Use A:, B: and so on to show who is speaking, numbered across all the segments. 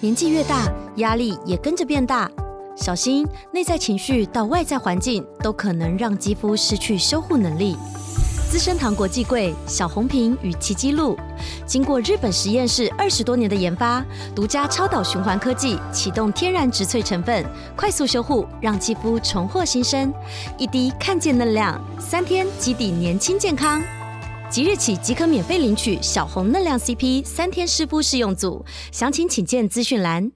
A: 年纪越大，压力也跟着变大。小心，内在情绪到外在环境都可能让肌肤失去修护能力。资生堂国际柜小红瓶与奇迹露，经过日本实验室二十多年的研发，独家超导循环科技启动天然植萃成分，快速修护，让肌肤重获新生。一滴看见嫩亮，三天肌底年轻健康。即日起即可免费领取小红嫩亮 CP 三天湿敷试用组，详情请见资讯栏。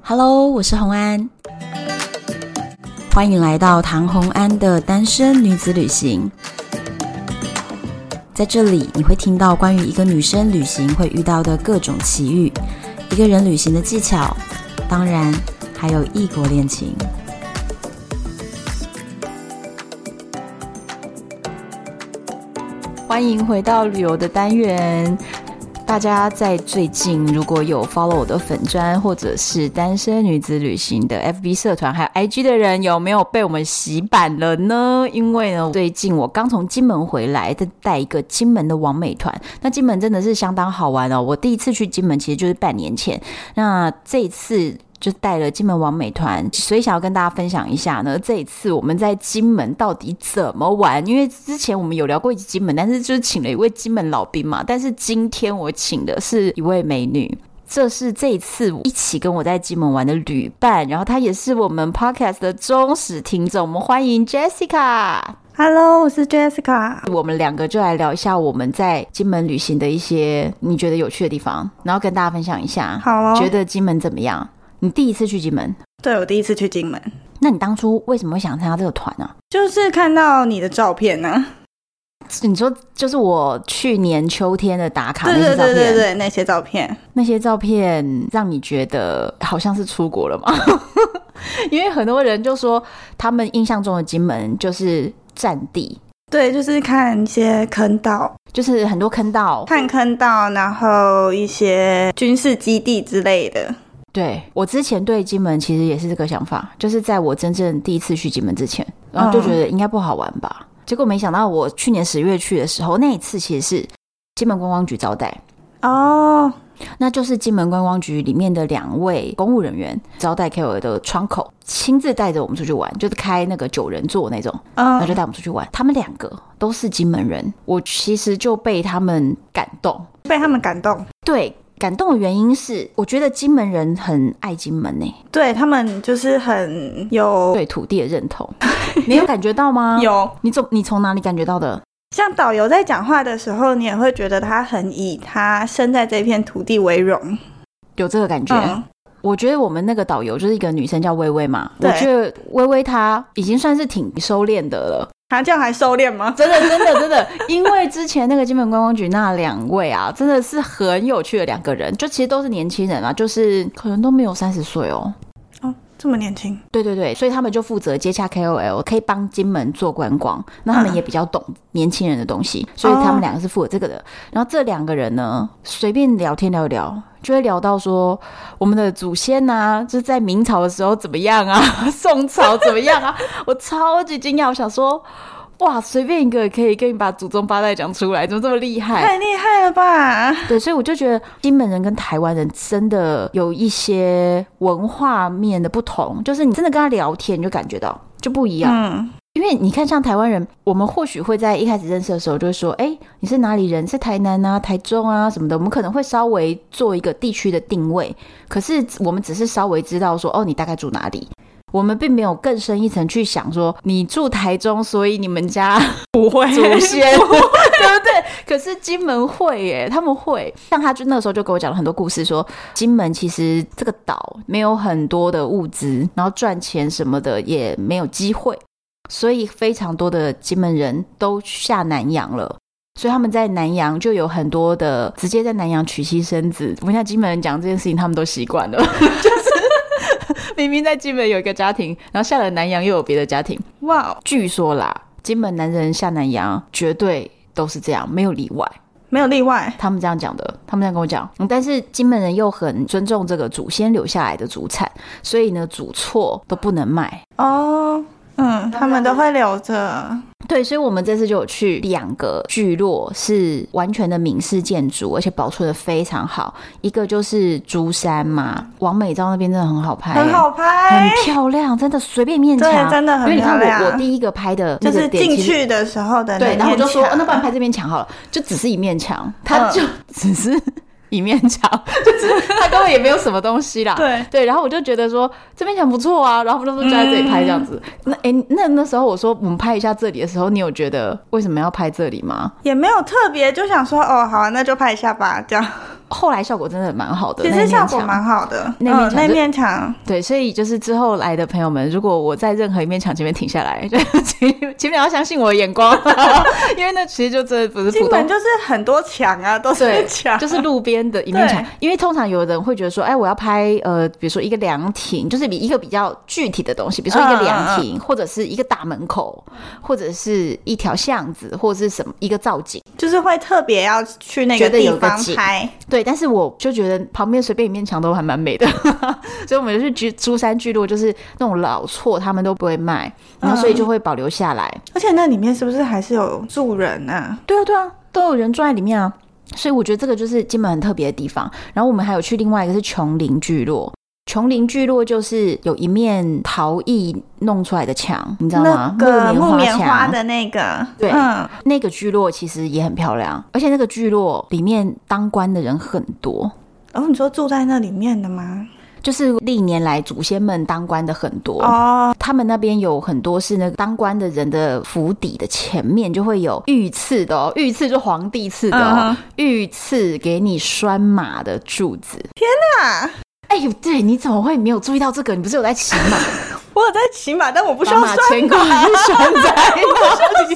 B: Hello，我是红安，欢迎来到唐红安的单身女子旅行。在这里，你会听到关于一个女生旅行会遇到的各种奇遇，一个人旅行的技巧，当然还有异国恋情。欢迎回到旅游的单元。大家在最近如果有 follow 我的粉砖或者是单身女子旅行的 FB 社团还有 IG 的人，有没有被我们洗版了呢？因为呢，最近我刚从金门回来，再带一个金门的王美团。那金门真的是相当好玩哦！我第一次去金门其实就是半年前，那这一次。就带了金门王美团，所以想要跟大家分享一下呢。这一次我们在金门到底怎么玩？因为之前我们有聊过一集金门，但是就是请了一位金门老兵嘛。但是今天我请的是一位美女，这是这一次一起跟我在金门玩的旅伴，然后她也是我们 podcast 的忠实听众。我们欢迎 Jessica。
C: Hello，我是 Jessica。
B: 我们两个就来聊一下我们在金门旅行的一些你觉得有趣的地方，然后跟大家分享一下。
C: 好哦
B: 觉得金门怎么样？你第一次去金门，
C: 对我第一次去金门，
B: 那你当初为什么会想参加这个团呢、啊
C: 就是看到你的照片呢、
B: 你说就是我去年秋天的打卡
C: 对
B: 那些
C: 对
B: 照片，
C: 对对对，那些照片，
B: 那些照片让你觉得好像是出国了吗？ 因为很多人就说他们印象中的金门就是战地，
C: 对，就是看一些坑道，
B: 就是很多坑道。
C: 看坑道，然后一些军事基地之类的。
B: 对我之前对金门其实也是这个想法，就是在我真正第一次去金门之前，然后就觉得应该不好玩吧。结果没想到我去年十月去的时候，那一次其实是金门观光局招待，
C: 哦，
B: 那就是金门观光局里面的两位公务人员招待 KOL 的窗口，亲自带着我们出去玩，就是开那个九人座那种，然后就
C: 嗯，
B: 带我们出去玩。他们两个都是金门人，我其实就被他们感动。
C: 被他们感动，
B: 对，感动的原因是，我觉得金门人很爱金门呢、欸
C: 对他们就是很有
B: 对土地的认 同，你有感觉到吗？，
C: 有，
B: 你从你从哪里感觉到的？
C: 像导游在讲话的时候，你也会觉得他很以他生在这片土地为荣。
B: 有这个感觉？
C: 嗯，
B: 我觉得我们那个导游就是一个女生叫薇薇嘛，我
C: 对
B: 觉得薇薇她已经算是挺收敛的了。
C: 他这样还收敛吗？
B: 真的，真的，真的， 因为之前那个金门观光局那两位啊，真的是很有趣的两个人，就其实都是年轻人啊，就是可能都没有三十岁哦。
C: 哦，这么年轻，
B: 对对对，所以他们就负责接洽 KOL，可以帮金门做观光。那他们
C: 嗯
B: 也比较懂年轻人的东西，所以他们两个是负责这个的。然后这两个人呢，随便聊天聊一聊，就会聊到说我们的祖先呐、就是在明朝的时候怎么样啊， 宋朝怎么样啊，我超级惊讶，我想说。哇，随便一个也可以跟你把祖宗八代讲出来，怎么这么厉害？
C: 太厉害了吧！
B: 对，所以我就觉得金门人跟台湾人真的有一些文化面的不同，就是你真的跟他聊天，你就感觉到就不一样。
C: 嗯，
B: 因为你看，像台湾人，我们或许会在一开始认识的时候就会说：“哎，你是哪里人？是台南啊、台中啊什么的。”我们可能会稍微做一个地区的定位，可是我们只是稍微知道说：“哦，你大概住哪里。”我们并没有更深一层去想说你住台中，所以你们家
C: 不会
B: 祖先， 对不对？可是金门会耶，他们会。像他就那时候就跟我讲了很多故事说，金门其实这个岛没有很多的物资，然后赚钱什么的也没有机会，所以非常多的金门人都下南洋了。所以他们在南洋就有很多的直接在南洋娶妻生子。我跟你讲，金门人讲这件事情，他们都习惯了， 就是明明在金门有一个家庭，然后下了南洋又有别的家庭。
C: 哇哦，
B: 据说啦，金门男人下南洋绝对都是这样，没有例外。
C: 没有例外。
B: 他们这样讲的，他们这样跟我讲。嗯但是金门人又很尊重这个祖先留下来的祖产，所以呢，祖厝都不能卖。
C: 哦，嗯，他们都会留着。
B: 对，所以我们这次就有去两个聚落，是完全的闽式建筑，而且保存的非常好。一个就是竹山嘛，王美照那边真的很好拍，欸
C: 很好
B: 很
C: 拍。
B: 漂亮，真的随便面墙，
C: 对真的很
B: 因为你看
C: 漂亮
B: 我我第一个拍的那
C: 就
B: 个
C: 是
B: 点
C: 进
B: 其实
C: 去的时候的
B: 对，然后我就
C: 面
B: 说，哦
C: 墙
B: 那不然拍这面墙好了，就只是一面墙，它
C: 嗯
B: 就只是一面墙， 就是它根本也没有什么东西啦。
C: 对
B: 对，然后我就觉得说这面墙不错啊，然后我们就说就在这里拍这样子。
C: 嗯
B: 那哎、那那时候我说我们拍一下这里的时候，你有觉得为什么要拍这里吗？
C: 也没有特别，就想说哦，好、啊，那就拍一下吧，这样。
B: 哦后来效果真的蛮好的，
C: 其
B: 那面
C: 实效
B: 墙
C: 果蛮好的。
B: 那面墙
C: 嗯、那
B: 就
C: 面墙
B: 对，所以就是之后来的朋友们，如果我在任何一面墙前面停下来， 就请请你们要相信我的眼光，啊 因为那其实就真的不是
C: 基
B: 普通
C: 本就是很多墙啊，都是
B: 对，
C: 墙，
B: 就是路边的一面墙
C: 对，
B: 因为通常有的人会觉得说，哎，我要拍呃，比如说一个凉亭，就是比一个比较具体的东西，比如说一个凉亭，或者是一个大门口，或者是一条巷子，或者是什么一个造景。
C: 就是会特别要去那
B: 觉
C: 个
B: 得
C: 地
B: 有个
C: 方
B: 景
C: 拍。
B: 对，但是我就觉得旁边随便一面墙都还蛮美的， 所以我们就是居珠山聚落，就是那种老厝，他们都不会卖，然后所以就会保留下来。
C: 而且那里面是不是还是有住人啊？
B: 对啊，对啊，都有人住在里面啊。所以我觉得这个就是金门很特别的地方。然后我们还有去另外一个是琼林聚落，琼林聚落就是有一面陶艺弄出来的墙，你知道
C: 那
B: 吗？
C: 个木棉
B: 墙
C: 花的那个，
B: 对
C: 嗯，
B: 那个聚落其实也很漂亮，而且那个聚落里面当官的人很多，
C: 然、哦后你说住在那里面的吗？
B: 就是历年来祖先们当官的很多。
C: 哦，
B: 他们那边有很多是那个当官的人的府邸的前面就会有御赐的哦，御赐就皇帝赐的哦
C: 嗯哼
B: 御赐给你拴马的柱子。
C: 啊，
B: 哎呦，对，你怎么会没有注意到这个？你不是有在骑 马，
C: 我有在骑马，但我不需
B: 把
C: 要
B: 马
C: 拴
B: 牵过来就拴在 那里。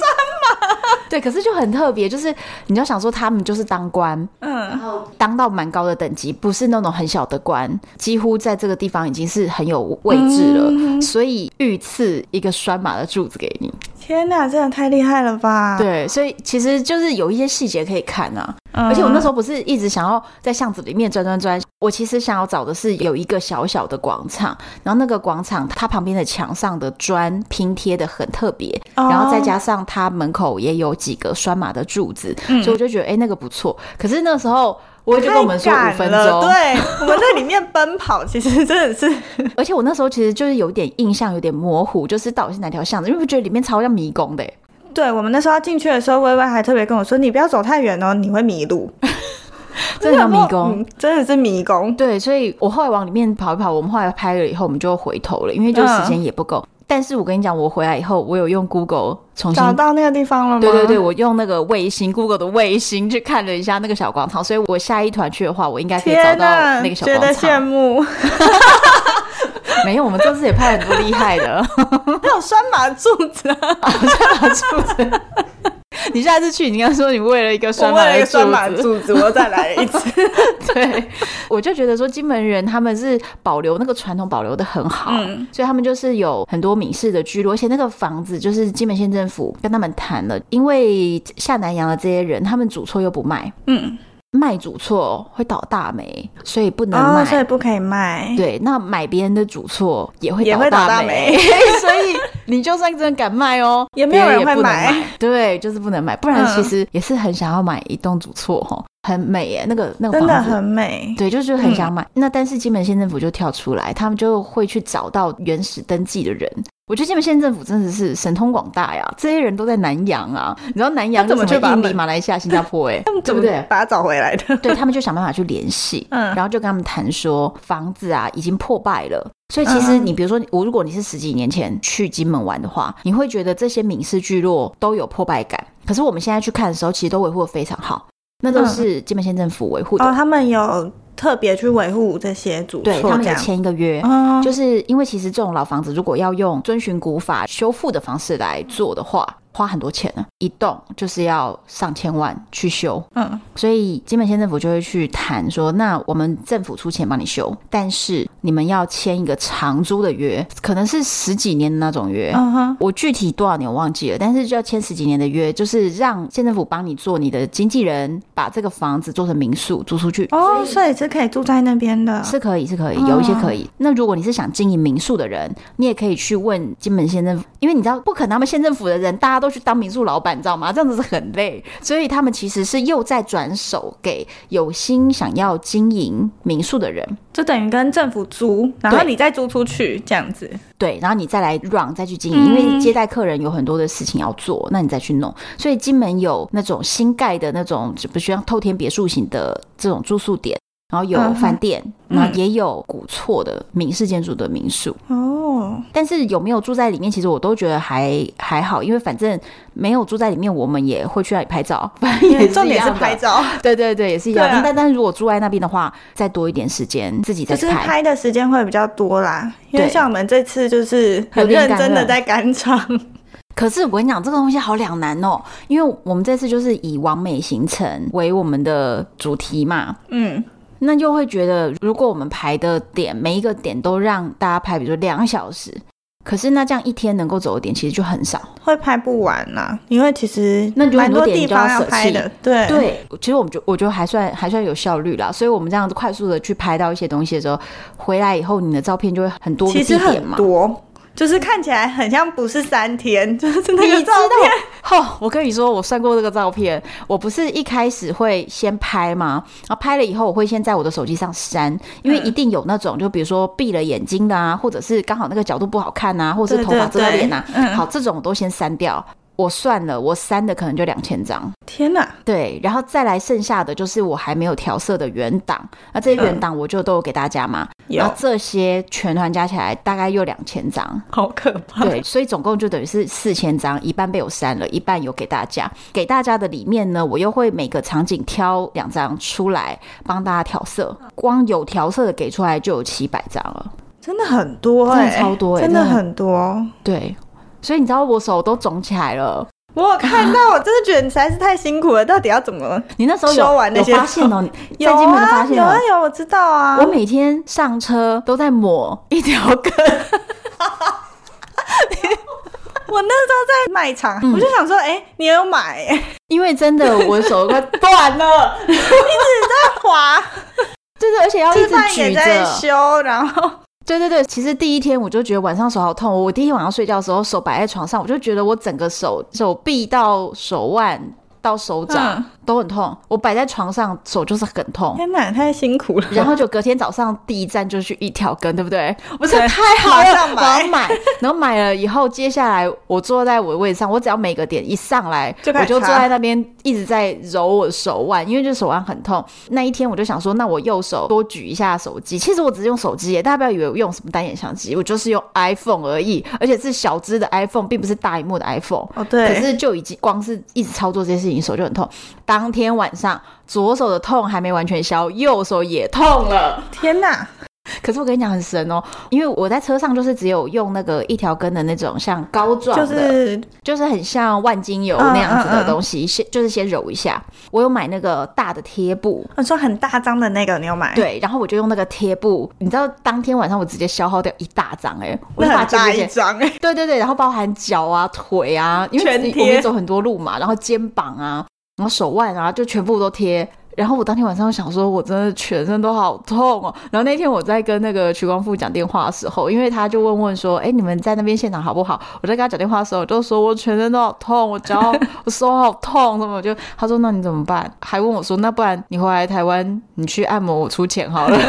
B: 对，可是就很特别，就是你要想说他们就是当官，
C: 嗯，
B: 当到蛮高的等级，不是那种很小的官，几乎在这个地方已经是很有位置了，
C: 嗯
B: 所以御赐一个拴马的柱子给你。
C: 天哪，真的太厉害了吧？，
B: 对，所以其实就是有一些细节可以看啊。
C: 啊嗯
B: 而且我那时候不是一直想要在巷子里面转转转，我其实想要找的是有一个小小的广场，然后那个广场它旁边的墙上的砖拼贴的很特别，
C: 哦
B: 然后再加上它门口也有几个拴马的柱子，
C: 嗯
B: 所以我就觉得哎、诶那个不错。可是那时候。我就跟我们说
C: 太
B: 五分
C: 赶
B: 钟
C: 了，，对，我们在里面奔跑，其实真的是，
B: 而且我那时候其实就是有点印象，有点模糊，就是到底是哪条巷子，因为我觉得里面超像迷宫的、诶欸
C: 对我们那时候要进去的时候，微微还特别跟我说，你不要走太远哦，你会 迷路，
B: 真的像迷宫。
C: 嗯，真的是迷宫，
B: 对，所以我后来往里面跑一跑，我们后来拍了以后，我们就回头了，因为就时间也不够。但是我跟你讲，我回来以后，我有用 Google 重新
C: 嗯找。到那个地方了吗？
B: 对对对，，我用那个卫星 Google 的卫星去看了一下那个小广场，所以我下一团去的话，我应该可以找
C: 天
B: 到
C: 哪，
B: 那个小
C: 觉得
B: 广
C: 羡
B: 场。
C: 慕，
B: 没有，我们这次也拍很多厉害的，
C: 还有拴马柱子啊，
B: 你下次去，你刚说你为了一个
C: 我
B: 拴
C: 为
B: 马
C: 了一
B: 的
C: 个拴马
B: 柱子
C: 柱子，我再来一 次。
B: 对，我就觉得说金门人他们是保留那个传统，保留的很好，
C: 嗯
B: 所以他们就是有很多闽式的居落，而且那个房子就是金门县政府跟他们谈了，因为下南洋的这些人，他们主厝又不卖，
C: 嗯，
B: 卖主厝会倒大霉，所以不能卖。
C: 哦，所以不可以卖。
B: 对，那买别人的主厝也会
C: 也会倒
B: 大
C: 大
B: 霉， 所以你就算真的敢卖哦，
C: 也没有
B: 别
C: 人
B: 也不能
C: 会买
B: 买。对，就是不能买，不然
C: 嗯
B: 其实也是很想要买一栋主厝吼，很美耶，那个那个
C: 真
B: 房
C: 的
B: 子
C: 很美。
B: 对，就是
C: 嗯
B: 很想买。那但是金门县政府就跳出来，他们就会去找到原始登记的人。我觉得金门县政府真的是神通广大呀，这些人都在南洋啊，你知道南洋
C: 那怎么
B: 是什
C: 去把他
B: 印尼、
C: 们
B: 马来西亚、新加坡、 欸，哎，对
C: 怎
B: 不
C: 么
B: 对？
C: 把它找回来的？
B: 对他们就想办法去联系，
C: 嗯
B: 然后就跟他们谈说房子啊已经破败了，所以其实
C: 嗯
B: 你比如说我，如果你是十几年前去金门玩的话，你会觉得这些闽式聚落都有破败感，可是我们现在去看的时候，其实都维护的非常好，那都
C: 嗯
B: 是金门县政府维护的，
C: 哦，他们有特别去维护这些主
B: 对
C: 错，
B: 他们
C: 这
B: 有
C: 样。
B: 签一个约，
C: 哦，
B: 就是因为其实这种老房子，如果要用遵循古法修复的方式来做的话，花很多钱呢，一栋就是要上千万去修。
C: 嗯，
B: 所以金门县政府就会去谈说，那我们政府出钱帮你修，但是你们要签一个长租的约，可能是十几年的那种约。
C: 嗯哼，
B: 我具体多少年我忘记了，但是就要签十几年的约，就是让县政府帮你做你的经纪人，把这个房子做成民宿租出去。
C: 哦，所以是可以住在那边的，
B: 是可以，是可以，有一些
C: 哦
B: 可以。那如果你是想经营民宿的人，你也可以去问金门县政府，因为你知道不可能他们县政府的人大家都去当民宿老板，你知道吗？这样子是很 累，所以他们其实是又在转手给有心想要经营民宿的人。
C: 就等于跟政府租，然后
B: 对
C: 你再租出去这样子。
B: 对，然后你再来 run 再去经
C: 嗯
B: 营，因为接待客人有很多的事情要做，那你再去弄。所以金门有那种新盖的那种，就不需要透天别墅型的这种住宿点，然后有
C: 嗯哼
B: 饭店，
C: 嗯
B: 然后也有古厝的民式建筑的民宿。
C: 哦，
B: 但是有没有住在里面，其实我都觉得还还好，因为反正没有住在里面，我们也会去那里拍照，反正也是
C: 重
B: 一
C: 点是
B: 样的
C: 拍，照，
B: 对对对，也是一样。
C: 对啊
B: 但但是如果住在那边的话，再多一点时间自己再
C: 就是
B: 拍。
C: 拍的时间会比较多啦。因为
B: 对
C: 像我们这次就是
B: 有
C: 很
B: 点
C: 认
B: 赶
C: 真的
B: 了
C: 在赶场，
B: 可是我跟你讲，这个东西好两难哦，因为我们这次就是以完美行程为我们的主题嘛。
C: 嗯，
B: 那就会觉得，如果我们排的点每一个点都让大家拍，比如说两小时，可是那这样一天能够走的点其实就很少。
C: 会拍不完啦，因为其实
B: 那就
C: 蛮
B: 很多
C: 多
B: 点
C: 地
B: 就要
C: 方要
B: 舍弃
C: 拍的，对，
B: 对，其实我们就我觉得还算还算有效率啦，所以我们这样子快速的去拍到一些东西的时候，回来以后你的照片就会很多个
C: 其
B: 地
C: 实
B: 点
C: 很
B: 嘛。
C: 多。就是看起来很像不是三天，就是那
B: 你
C: 个
B: 知
C: 照
B: 道
C: 片，
B: 哦， 我跟你说，我算过这个照片，我不是一开始会先拍吗？然后拍了以后，我会先在我的手机上
C: 嗯
B: 删，因为一定有那种，就比如说闭了眼睛的啊，或者是刚好那个角度不好看啊，或者是头发遮到脸啊，
C: 对对对嗯
B: 好，这种我都先删掉。我算了，我删的可能就两千张。
C: 天哪！
B: 对，然后再来剩下的就是我还没有调色的原档，那这些原档我就都有给大家嘛。
C: 嗯有
B: 然后这些全团加起来大概又两千张，
C: 好可怕。
B: 对，所以总共就等于是四千张，一半被我删了，一半有给大家。给大家的里面呢，我又会每个场景挑两张出来帮大家调色，
C: 嗯
B: 光有调色的给出来就有七百张了。
C: 真的很多哎、
B: 真的超多欸
C: 真的
B: 真的
C: 很多。
B: 对，所以你知道我手都肿起来了。
C: 我有看到，我真的觉得你实在是太辛苦了，到底要怎么？
B: 你那时候
C: 修
B: 有
C: 完那
B: 有
C: 些
B: 发现哦、你
C: 有
B: 在金门有发
C: 啊，
B: 现
C: 有
B: 哦、
C: 啊有，我知道啊。
B: 我每天上车都在抹一条根，
C: 我那时候在卖场，
B: 嗯
C: 我就想说，哎、你有买、 欸？
B: 因为真的我手快断了，
C: 哇，
B: 就是而且要一
C: 吃
B: 直
C: 饭也
B: 举
C: 在
B: 着。
C: 修，然后
B: 对对对，其实第一天我就觉得晚上手好痛，我第一天晚上睡觉的时候手摆在床上，我就觉得我整个手手臂到手腕到手掌、
C: 嗯
B: 都很痛，我摆在床上手就是很痛。
C: 天哪，太辛苦了。
B: 然后就隔天早上第一站就去一条根，对不对？我说
C: 对
B: 太好
C: 马
B: 了，
C: 上
B: 我
C: 买
B: 要买。然后买了以后，接下来我坐在我的位置上，我只要每个点一上来，
C: 就开
B: 我
C: 始
B: 就坐
C: 擦
B: 在那边一直在揉我的手腕，因为就手腕很痛。那一天我就想说，那我右手多举一下手机。其实我只是用手机耶，大家不要以为我用什么单眼相机，我就是用 iPhone 而已，而且是小只的 iPhone，并不是大荧幕的 iPhone。
C: 哦，
B: 可
C: 对，
B: 是就已经光是一直操作这些事情，手就很痛。当天晚上，左手的痛还没完全消，右手也痛了。
C: 天哪，
B: 可是我跟你讲很神哦，因为我在车上就是只有用那个一条根的那种像膏状的，
C: 就是嗯
B: 就是很像万金油那样子的东西，先就是先揉一下。我有买那个大的贴布。
C: 我说呃很大张的那个，你有买？，
B: 对，然后我就用那个贴布，你知道，当天晚上我直接消耗掉一大张哎、欸我就
C: 那
B: 把
C: 很
B: 肩
C: 大
B: 部
C: 一
B: 剪
C: 张哎、
B: 对对对，然后包含脚啊、腿啊，因为
C: 全
B: 我们
C: 贴
B: 也走很多路嘛，然后肩膀啊，然后手腕啊，就全部都贴。然后我当天晚上想说，我真的全身都好痛哦。然后那天我在跟那个徐光富讲电话的时候，因为他就问问说，哎，你们在那边现场好不好？我在跟他讲电话的时候，我就说我全身都好痛，我脚好 我手好痛什么，我就他说那你怎么办？还问我说，那不然你回来台湾，你去按摩，我出钱好了。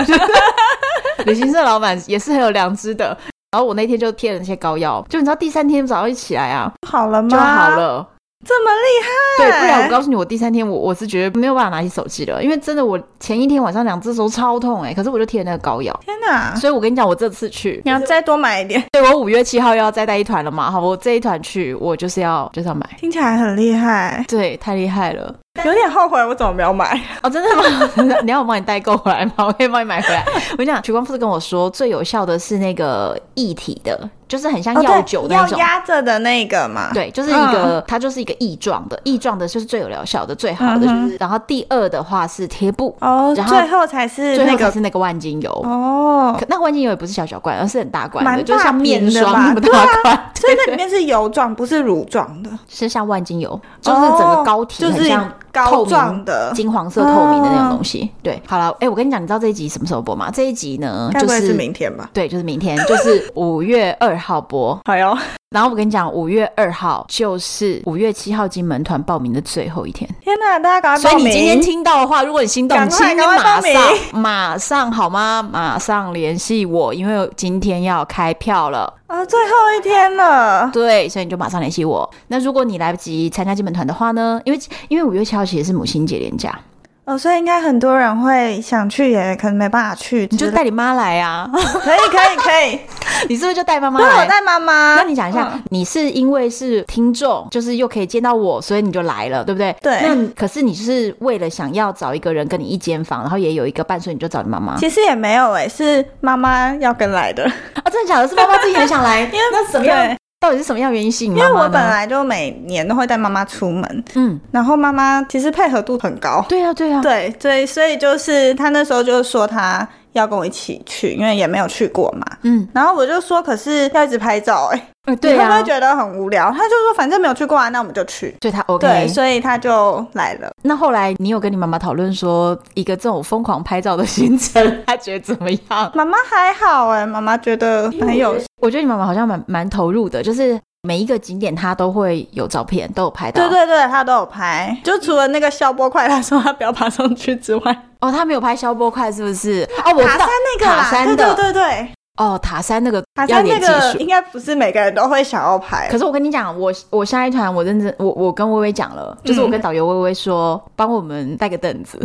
B: 旅行社老板也是很有良知的。然后我那天就贴了那些膏药，就你知道第三天早上一起来啊，
C: 好了吗？
B: 就好，了。
C: 这么厉
B: 对，
C: 害！
B: 不然我告诉你，我第三天我我是绝对没有办法拿起手机了，因为真的我前一天晚上两只手超痛哎、可是我就贴了那个膏药，
C: 天哪，
B: 所以我跟你讲，我这次去，
C: 你要再多买一点，
B: 对我五月七号又要再带一团了嘛，好，我这一团去我就是要就是要买，
C: 听起来很厉害，
B: 对，太厉害了
C: 有点后悔我怎么没有 买。
B: 哦，真的吗？ 真的你要我帮你代购回 来吗？我可以帮你买回来。我跟你讲，徐光富是跟我说，最有效的是那个液体的，就是很像
C: 哦，
B: 药酒
C: 对，
B: 那
C: 要
B: 种。
C: 压着的那个嘛，
B: 对，就是一个，
C: 嗯
B: 它就是一个异状的，异状的就是最有疗效的、最好的，就是。然后第二的话是贴布，
C: 嗯哦，
B: 然后
C: 最后才是
B: 最
C: 那
B: 后才
C: 个
B: 是那个万金油。
C: 哦，
B: 可那个万金油也不是小小罐，而是很大罐
C: 蛮
B: 的，
C: 大
B: 就像面
C: 瓶的
B: 霜
C: 吧
B: 那
C: 啊
B: 么大罐，
C: 所以那里面是油状，不是乳状的，
B: 是像万金油，就是整个膏体
C: 哦就
B: 很
C: 是
B: 像
C: 膏
B: 透
C: 状
B: 明。
C: 的，嗯
B: 金黄色透明的那种东西，对，好了，哎、我跟你讲，你知道这一集什么时候播吗？这一集呢，
C: 该
B: 就
C: 不会
B: 是
C: 是明天吧？
B: 对，就是明天，就是五月二号播。
C: 哎呦，
B: 然后我跟你讲，五月二号就是五月七号金门团报名的最后一天，
C: 天哪，大家赶快
B: 所以
C: 啊报名！
B: 你今天听到的话，如果你心动，
C: 赶
B: 请
C: 快
B: 你
C: 赶快
B: 马
C: 报名
B: 上 马上好吗？马上联系我，因为今天要开票了。
C: 啊，最后一天了，
B: 对，所以你就马上联系我。那如果你来不及参加金门团的话呢？因为因为五月七号其实是母亲节连假，
C: 哦，所以应该很多人会想去耶，也可能没办法去之
B: 你
C: 类的，
B: 就带你妈来啊！
C: 可以可以可以，
B: 你是不是就带妈妈
C: 对我
B: 来？
C: 带妈妈。
B: 哎那你讲一下，
C: 嗯
B: 你是因为是听众，就是又可以见到我，所以你就来了，对不对？
C: 对
B: 那可是你是为了想要找一个人跟你一间房，然后也有一个伴，所以你就找你妈妈。
C: 其实也没有诶，是妈妈要跟来的，
B: 啊，真的假的？是妈妈自己很想来，因为 那怎么样
C: 对？
B: 到底是什么样的原因吸引
C: 因为
B: 妈妈
C: 我
B: 呢
C: 本来就每年都会带妈妈出门，
B: 嗯，
C: 然后妈妈其实配合度很高，
B: 对啊，对啊，
C: 对对，所以就是她那时候就说她要跟我一起去，因为也没有去过嘛。
B: 嗯，
C: 然后我就说，可是要一直拍照哎、
B: 呃
C: 你
B: 对
C: 会不
B: 啊
C: 会，觉得很无聊？她就说反正没有去过啊，那我们就去。
B: 所以他
C: 对，
B: OK。
C: 所以她就来了。
B: 那后来你有跟你妈妈讨论说一个这种疯狂拍照的行程，她觉得怎么 样？
C: 妈妈还好哎、妈妈觉得很有
B: 我觉得你妈妈好像蛮蛮投入的，就是每一个景点她都会有照片，都有拍到。
C: 对对对，他都有拍，就除了那个消波块，他说他不要爬上去之外，
B: 哦，她没有拍消波块是不是？哦， 我
C: 爬
B: 知道
C: 山那个啦，
B: 塔山
C: 对
B: 的
C: 对对对，
B: 哦，塔山那个
C: 爬
B: 要
C: 山那
B: 点技
C: 个
B: 术。
C: 应该不是每个人都会想要拍
B: 可，是我跟你讲，我我下一团我认真，我我跟微微讲了，就是
C: 嗯
B: 我跟导游微微说，帮我们带个凳子。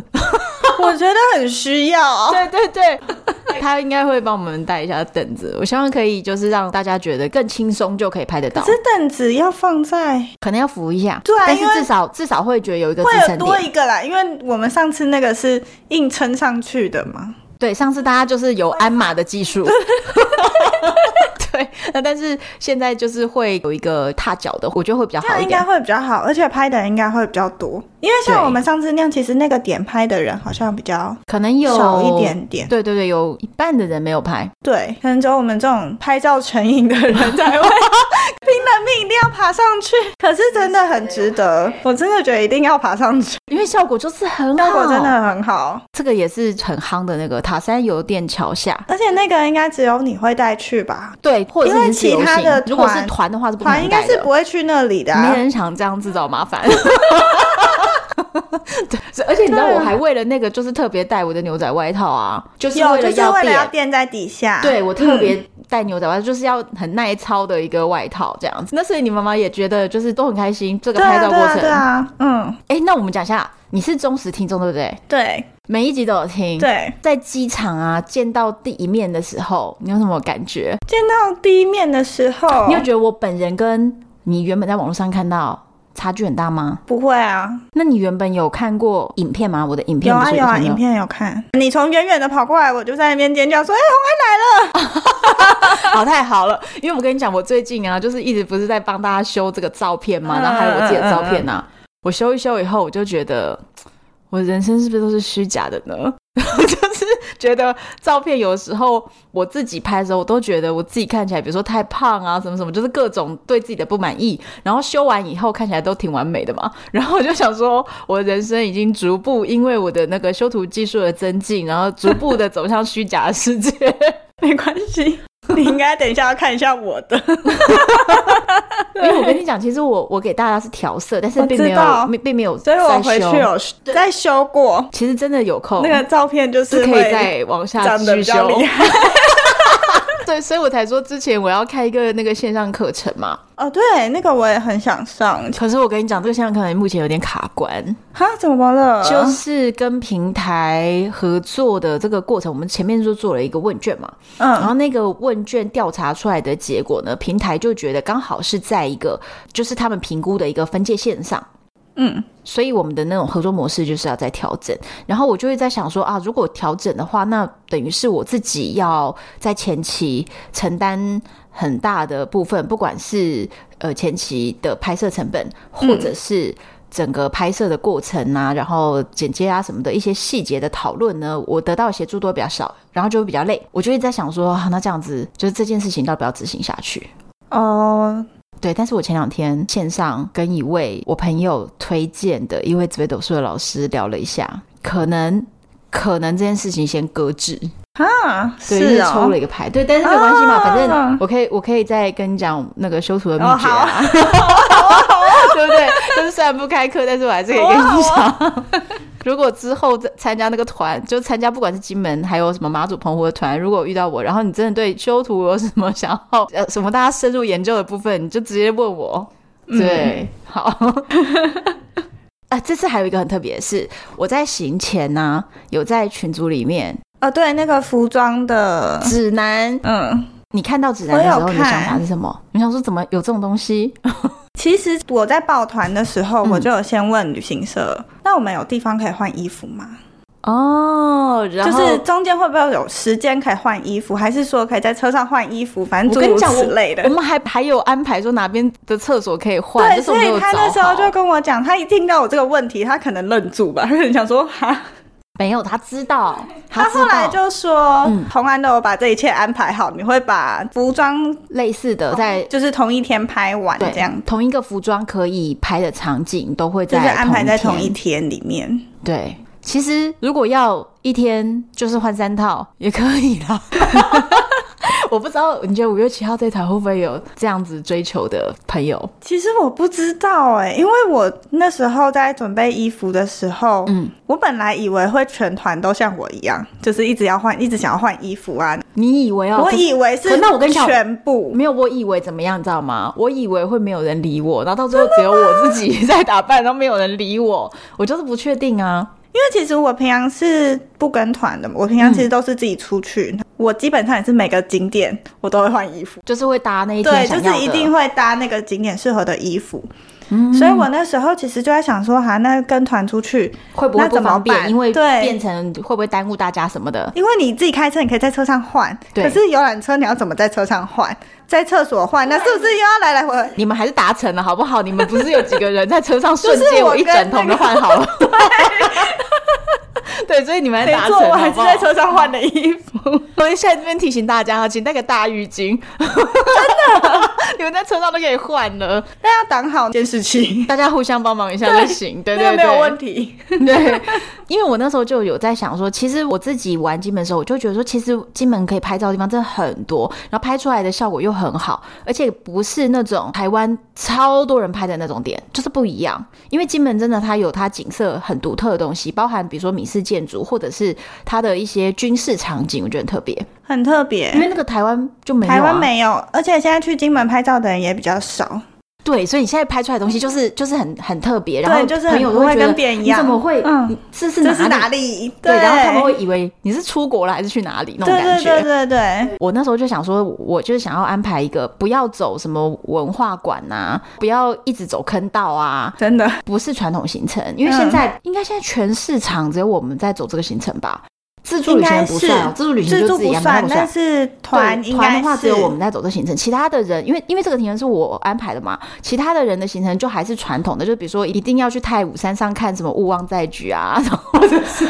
C: 我觉得很需要。
B: 对对 对，他应该会帮我们带一下凳子。我希望可以就是让大家觉得更轻松就可以拍得到
C: 可，是凳子要放在
B: 可能要扶一下，
C: 对啊
B: 但是
C: 因为
B: 至少至少会觉得有一个支
C: 会有
B: 撑
C: 多
B: 点。
C: 一个啦，因为我们上次那个是硬撑上去的嘛。
B: 对，上次大家就是有鞍马的技 术。对，那但是现在就是会有一个踏脚的，我觉得会比较
C: 这
B: 好
C: 样
B: 一
C: 应该
B: 点。
C: 会比较好，而且拍的人应该会比较多，因为像
B: 对
C: 我们上次那样，其实那个点拍的人好像比较
B: 可能有
C: 少一点点
B: 对对对，有一半的人没有拍。
C: 对，可能只有我们这种拍照成瘾的人 才会拼了命一定要爬上去。可是真的很值得，我真的觉得一定要爬 上去，
B: 因为效果就是很好，
C: 效果真的很好。
B: 这个也是很夯的那个塔山油电桥下，
C: 而且那个应该只有你会带去吧？
B: 对，或者
C: 因为
B: 是自由
C: 其他
B: 行
C: 的
B: 如果是
C: 团
B: 团的话是不可
C: 团
B: 能
C: 应该
B: 带
C: 是
B: 的
C: 不，会去那里的、啊
B: 没。人想这样制造麻 烦。对，所以而且你知道，
C: 对啊
B: 我还为了那个就是特别带我的牛仔外套啊，就是
C: 有，
B: 为
C: 就
B: 了
C: 是为了要啊
B: 垫。
C: 嗯垫在底下。
B: 对我特别带牛仔外套，就是要很耐操的一个外套这样子。那所以你妈妈也觉得就是都很开心这个
C: 对
B: 拍
C: 啊，
B: 照
C: 对
B: 过
C: 啊，
B: 程。
C: 对啊，嗯，
B: 诶那我们讲一下，你是忠实听众对不对？
C: 对
B: 每一集都有听。。
C: 对。
B: 在机场啊见到第一面的时候，你有什么感觉？
C: 见到第一面的时候
B: 你有，觉得我本人跟你原本在网络上看到差距很大吗？
C: 不会啊，
B: 那你原本有看过影片吗？我的影片
C: 有
B: 不
C: 啊
B: 是
C: 有啊，
B: 看到
C: 影片有看。你从远远的跑过来，我就在那边尖叫说：“哎、红安来了
B: 好太好了，因为我跟你讲，我最近啊，就是一直不是在帮大家修这个照片嘛，
C: 嗯
B: 然后还有我自己的照片啊，我修一修以后，我就觉得我人生是不是都是虚假的呢？ 就是觉得照片有时候我自己拍的时候，我都觉得我自己看起来，比如说太胖啊，什么什么，就是各种对自己的不满意。然后修完以后看起来都挺完美的嘛， 然后我就想说，我人生已经逐步因为我的那个修图技术的增进，然后逐步的走向虚假的世界。！”
C: 没关 系，你应该等一下要看一下我的。
B: 因为我跟你讲，其实我我给大家是调色，但是
C: 我
B: 并没
C: 知
B: 有
C: 道
B: 并并没有
C: 所以我
B: 再
C: 回
B: 修
C: 去有再修过
B: 其实真的有空，
C: 那个照片，就是
B: 是可以
C: 会
B: 再往下
C: 长得
B: 去
C: 比
B: 修。
C: 较厉害。
B: 对，所以我才说之前我要开一个那个线上课程嘛。
C: 哦，对，那个我也很想上。
B: 可是我跟你讲，这个线上课程目前有点卡关，
C: 哈，怎么了？
B: 就是跟平台合作的这个过程，我们前面就做了一个问卷嘛，然
C: 嗯
B: 后那个问卷调查出来的结果呢，平台就觉得刚好是在一个就是他们评估的一个分界线上。
C: 嗯，
B: 所以我们的那种合作模式就是要再调整。然后我就会在想说啊，如果调整的话，那等于是我自己要在前期承担很大的部分，不管是呃前期的拍摄成本，或者是整个拍摄的过程啊，然后剪接啊什么的一些细节的讨论呢，我得到的协助都会比较少，然后就会比较累。我就会在想说，啊、那这样子就是这件事情到底要不要执行下去？
C: 哦，
B: 对，但是我前两天线上跟一位我朋友推荐的一位紫薇斗数的老师聊了一下，可能可能这件事情先搁置，
C: 哈，
B: 对，就是抽
C: 哦
B: 了，一个牌，对，但是没有关系嘛，
C: 啊
B: 反正我可以我可以再跟你讲那个修图的秘
C: 哦
B: 诀啊， 对不对？就是虽然不开课，但是我还是可以跟你
C: 好啊
B: 讲。 如果之后再参加那个团，就参加不管是金门还有什么马祖澎湖的团，如果遇到我，然后你真的对修图有什么想要呃什么大家深入研究的部分，你就直接问我。
C: 嗯
B: 对，好。嗯 啊，这次还有一个很特别的是，我在行前呢、有在群组里面
C: 哦，对，那个服装的，
B: 指南，
C: 嗯，
B: 你看到指南的时候，
C: 我有
B: 你的想法
C: 看
B: 是什么？你想说怎么有这种东西？
C: 其实我在报团的时候，
B: 嗯
C: 我就有先问旅行社，那我们有地方可以换衣服吗？
B: 哦，然
C: 就
B: 后
C: 是中间会不会有时间可以换衣服，还是说可以在车上换衣服？反正
B: 我
C: 诸
B: 跟
C: 如
B: 你讲，
C: 此
B: 我
C: 类的
B: 我。们还还有安排说哪边的厕所可以换，
C: 对，
B: 这是我
C: 所
B: 们
C: 以
B: 有
C: 他
B: 找
C: 那时候
B: 好
C: 就跟我讲，他一听到我这个问题，他可能愣住吧，他 就想说哈。
B: 没有，他知 道，
C: 他
B: 知
C: 后来
B: 道
C: 就说
B: 嗯，
C: 红安都有把这一切安排好，你会把服装
B: 类似的在
C: 哦就是同一天拍完
B: 对
C: 这样，
B: 同一个服装可以拍的场景都会
C: 就是
B: 在
C: 安排在同一
B: 天
C: 天里面。
B: 对。其实如果要一天就是换三套也可以啦。 我不知道，你觉得五月七号这台会不会有这样子追求的朋友？
C: 其实我不知道哎、因为我那时候在准备衣服的时候，
B: 嗯，
C: 我本来以为会全团都像我一样，就是一直要换，一直想要换衣服啊。
B: 你以为哦？
C: 我
B: 可是
C: 以为是
B: 可，那我跟你讲
C: 全部
B: 没有，我以为怎么样，你知道吗？我以为会没有人理我，然后到最后只有我自己在打扮，然后没有人理我，我就是不确定啊。
C: 因为其实我平常是不跟团的，我平常其实都是自己出去。
B: 嗯
C: 我基本上也是每个景点我都会换衣服，
B: 就是会搭那一
C: 对，
B: 天
C: 就
B: 想要
C: 是
B: 的，
C: 一定会搭那个景点适合的衣服。
B: 嗯
C: 所以我那时候其实就在想说，哈、那跟团出去，
B: 会不会
C: 那
B: 不
C: 怎么
B: 方便？
C: 办
B: 因为
C: 对
B: 变成会不会耽误大家什么的？
C: 因为你自己开车，你可以在车上换，
B: 对
C: 可是游览车你要怎么在车上换？在厕所换，那是不是又要来来回回？
B: 你们还是达成了好不好？你们不是有几个人在车上瞬
C: 就是
B: 间
C: 我
B: 一
C: 跟
B: 整桶
C: 那
B: 都
C: 个
B: 换好了？对， 所以你们还
C: 没
B: 达
C: 错，
B: 成了，
C: 我还
B: 好
C: 是
B: 不好
C: 在车上换的衣服。
B: 我现在这边提醒大家，请带个大浴巾，真的， 你们在车上都可以换了，
C: 但要挡好监视器，
B: 大家互相帮忙一下就行。对
C: 那
B: 对对，
C: 个没有问题。
B: 对，因为我那时候就有在想说，其实我自己玩金门的时候，我就觉得说，其实金门可以拍照的地方真的很多，然后拍出来的效果又很好，而且不是那种台湾超多人拍的那种点，就是不一样。因为金门真的它有它景色很独特的东西，包含比如说闽式建筑，或者是它的一些军事场景，我觉得很特别。
C: 很特别
B: 因，为那个台湾就没有、啊，
C: 台湾没有，而且现在去金门拍照的人也比较少。
B: 对，所以你现在拍出来的东西就是就是很很特别，然后
C: 就是
B: 朋友
C: 很
B: 都
C: 不会
B: 觉得
C: 跟别人一
B: 你
C: 样
B: 怎么会？
C: 嗯
B: 嗯，这是
C: 这是
B: 哪
C: 哪
B: 里？
C: 里？
B: 对，然后他们会以为你是出国了还是去哪里那种
C: 对
B: 感
C: 对
B: 觉。
C: 对对对，
B: 我那时候就想说，我就是想要安排一个不要走什么文化馆呐、不要一直走坑道啊，
C: 真的。
B: 不是传统行程，因为现在、应该现在全市场只有我们在走这个行程吧。自助旅行不算
C: 应
B: 啊，
C: 该
B: 自助旅行
C: 自
B: 就
C: 助
B: 自己
C: 不
B: 安排
C: 算，
B: 不
C: 但是团
B: 对
C: 应
B: 团
C: 该
B: 的话，
C: 是
B: 只有我们在走这行程，其他的人，因为因为这个行程是我安排的嘛，其他的人的行程就还是传统的，就比如说一定要去太武山上看什么勿忘在举啊， 然后或者是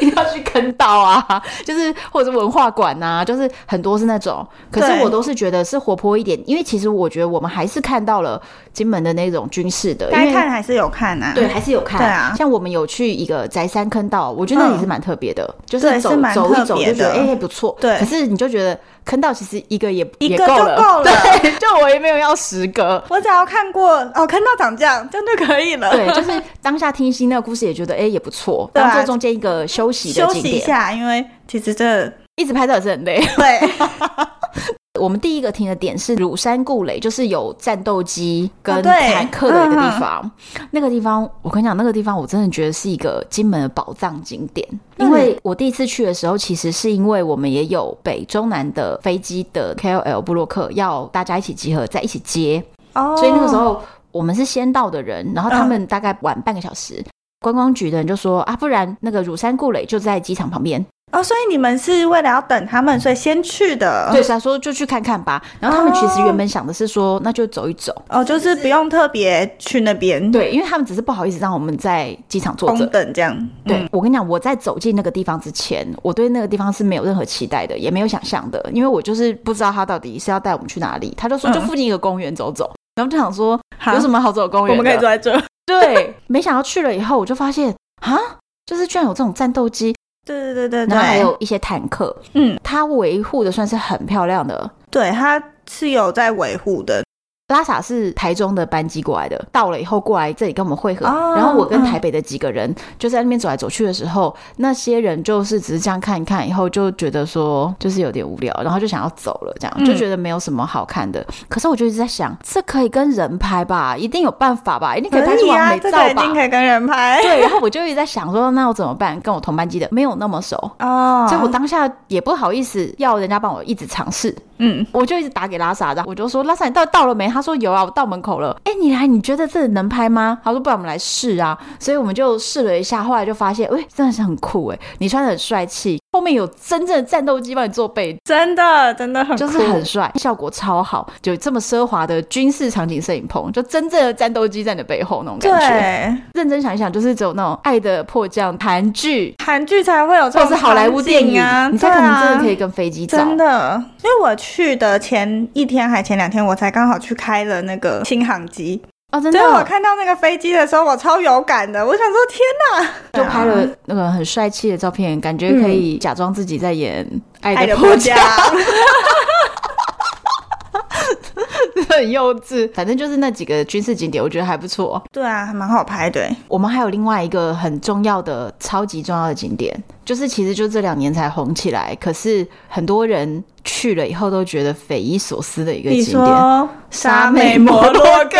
B: 一定要去坑道啊，就是或者是文化馆啊，就是很多是那种。可
C: 对
B: 是我都是觉得是活泼一点，因为其实我觉得我们还是看到了金门的那种军事的，因
C: 该
B: 为
C: 看还是有看啊。
B: 对，还是有看。
C: 对啊嗯
B: 像我们有去一个宅山坑道，我觉得那也是蛮特别的，就是
C: 对
B: 走
C: 是蛮
B: 走一
C: 特
B: 走
C: 别
B: 就觉得
C: 的
B: 哎、不错。
C: 对
B: 可是你就觉得坑道其实一个也
C: 一
B: 也
C: 个
B: 够
C: 就
B: 了，
C: 够了
B: 对，就我也没有要十个。
C: 我只要看过哦，看到长这样，这样就可以了。
B: 对，就是当下听新那个故事也觉得哎、也不错，
C: 对啊
B: 当做中间一个休息的
C: 休
B: 景
C: 息一
B: 点，
C: 下，因为其实 这
B: 一直拍照也是很累。
C: 对
B: 我们第一个停的点是鲁山固垒，就是有战斗机跟
C: 哦对
B: 坦克的一个地方。那个地方，我跟你讲，那个地方我真的觉得是一个金门的宝藏景点。因为我第一次去的时候，其实是因为我们也有北中南的飞机的 KOL 布洛克要大家一起集合在一起接，
C: 哦，
B: 所以那个时候我们是先到的人，然后他们大概晚半个小时。观光局的人就说啊，不然那个乳山顾磊就在机场旁边。
C: 哦，所以你们是为了要等他们，所以先去的。
B: 对，，他说就去看看吧。然后他们其实原本想的是说，那就走一走。
C: 哦，就是不用特别去那边
B: 对，因为他们只是不好意思让我们在机场坐
C: 空
B: 着。
C: 等这样。
B: 对、
C: 嗯
B: 我跟你讲，我在走进那个地方之前，我对那个地方是没有任何期待的，也没有想象的，因为我就是不知道他到底是要带我们去哪里。他就说
C: 嗯
B: 就附近一个公园走走，然后就想说
C: 好
B: 有什么好走的公园的？
C: 在这。
B: 对，没想到去了以后，我就发现啊，就是居然有这种战斗机，
C: 对对对对对，
B: 然后还有一些坦克，
C: 嗯，
B: 它维护的算是很漂亮的。
C: 对，他是有在维护的。
B: 拉萨是台中的班机过来的，到了以后过来这里跟我们会合，
C: 哦
B: 然后我跟台北的几个人就在那边走来走去的时候，那些人就是只是这样看一看，以后就觉得说就是有点无聊，然后就想要走了，这样
C: 嗯
B: 就觉得没有什么好看的。可是我就一直在想，这可以跟人拍吧，一定有办法吧，一定可以拍出
C: 以
B: 完
C: 啊，
B: 美
C: 这
B: 照
C: 个一
B: 吧
C: 定。可以跟人拍
B: 对，然后我就一直在想说，那我怎么办？跟我同班机的没有那么熟，
C: 哦。
B: 所以我当下也不好意思要人家帮我一直尝试，
C: 嗯，
B: 我就一直打给拉萨，然后我就说拉萨你到底到了没？他说有啊，我到门口了。哎，你来，你觉得这能拍吗？他说不然我们来试啊。所以我们就试了一下，后来就发现，喂，真的是很酷哎，你穿的很帅气，后面有真正的战斗机帮你做背景，
C: 真的真的很
B: 就是
C: 酷
B: 很帅，效果超好，就这么奢华的军事场景摄影棚，就真正的战斗机在你的背后那种感觉。
C: 对。
B: 认真想一想，就是只有那种爱的迫降韩剧。
C: 韩剧才会有这
B: 或
C: 种
B: 是好莱坞电影
C: 场景啊，
B: 你才
C: 对
B: 可能
C: 啊
B: 真的可以跟飞机照。
C: 真的，因为我去的前一天还前两天，我才刚好去开了那个新航机，
B: 哦，真的
C: 所以
B: 哦，
C: 我看到那个飞机的时候，我超有感的，我想说天哪，
B: 就拍了那个很帅气的照片，感觉可以假装自己在演《爱
C: 嗯爱
B: 的
C: 的
B: 迫
C: 国
B: 降
C: 家》，
B: 很幼稚。反正就是那几个军事景点，我觉得还不错。
C: 对啊，还蛮好 拍的欸，
B: 我们还有另外一个很重要的、超级重要的景点，就是其实就这两年才红起来，可是很多人去了以后都觉得匪夷所思的一个
C: 你
B: 景点。
C: 说
B: 沙美摩洛
C: 哥，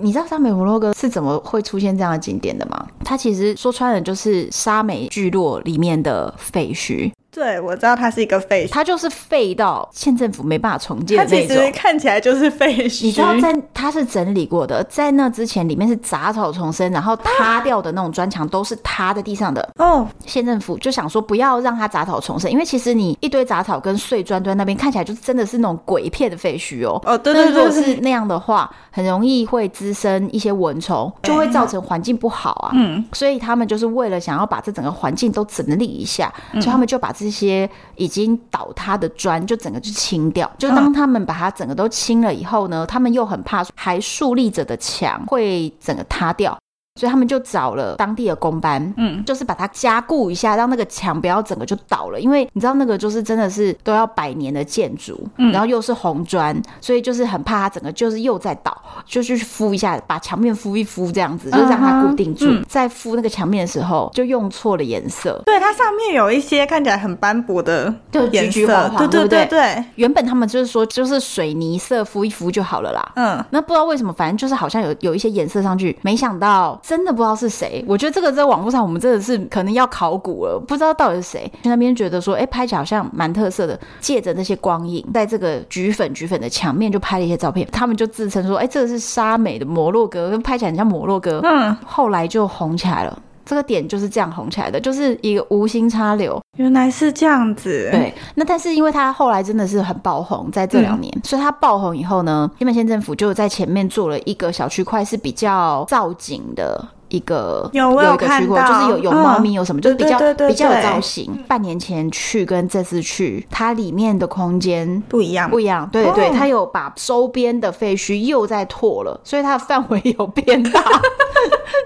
B: 你知道沙美摩洛哥是怎么会出现这样的景点的吗？它其实说穿了就是沙美聚落里面的废墟，
C: 对，我知道它是一个废墟，
B: 它就是废到县政府没办法重建
C: 它
B: 的那
C: 其
B: 种。
C: 实看起来就是废墟，
B: 你知道在它是整理过的，在那之前里面是杂草丛生，然后塌掉的那种砖墙都是塌在地上的。
C: 哦，
B: 县政府就想说不要让它杂草丛生，因为其实你一堆杂草跟碎砖堆那边看起来就是真的是那种鬼片的废墟哦。
C: 哦，对
B: 但是
C: 对
B: 如
C: 对
B: 果
C: 对，
B: 是那样的话，很容易会滋生一些蚊虫，就会造成环境不好啊。
C: 嗯，
B: 所以他们就是为了想要把这整个环境都整理一下，所以他们就把这些已经倒塌的砖就整个就清掉。就当他们把它整个都清了以后呢，他们又很怕还竖立着的墙会整个塌掉。所以他们就找了当地的工班，
C: 嗯，
B: 就是把它加固一下，让那个墙不要整个就倒了。因为你知道那个就是真的是都要百年的建筑，
C: 嗯
B: 然后又是红砖，所以就是很怕它整个就是又在倒，就去敷一下，把墙面敷一敷这样子，就让它固定住。
C: 嗯
B: 在敷那个墙面的时候，就用错了颜色。
C: 对，它上面有一些看起来很斑驳的
B: 就橘
C: 颜
B: 橘
C: 色
B: 黄黄
C: 对
B: 对
C: 对
B: 不
C: 对，
B: 原本他们就是说，就是水泥色敷一敷就好了啦。
C: 嗯。
B: 那不知道为什么，反正就是好像有有一些颜色上去，没想到真的不知道是谁。我觉得这个在网络上我们真的是可能要考古了，不知道到底是谁。去那边觉得说，哎、拍起来好像蛮特色的，借着那些光影，在这个橘粉橘粉的墙面就拍了一些照片。他们就自称说，哎、这个是沙美的摩洛哥，拍起来很像摩洛哥。
C: 嗯，
B: 后来就红起来了。这个点就是这样红起来的，就是一个无心插柳，
C: 原来是这样子。，
B: 对，那但是因为他后来真的是很爆红，在这两年，
C: 嗯
B: 所以他爆红以后呢，金门县政府就在前面做了一个小区块，是比较造景的。一个
C: 有我
B: 有
C: 有
B: 一个
C: 看
B: 区块，就是
C: 到
B: 有有
C: 嗯
B: 猫咪有什么，就是比
C: 对
B: 较
C: 对对
B: 比较有
C: 对
B: 造型。半年前去跟这次去，它里面的空间
C: 不一样。
B: 不一样，对对，
C: 嗯哦
B: 它有把周边的废墟又在拓了，所以它的范围有变 大，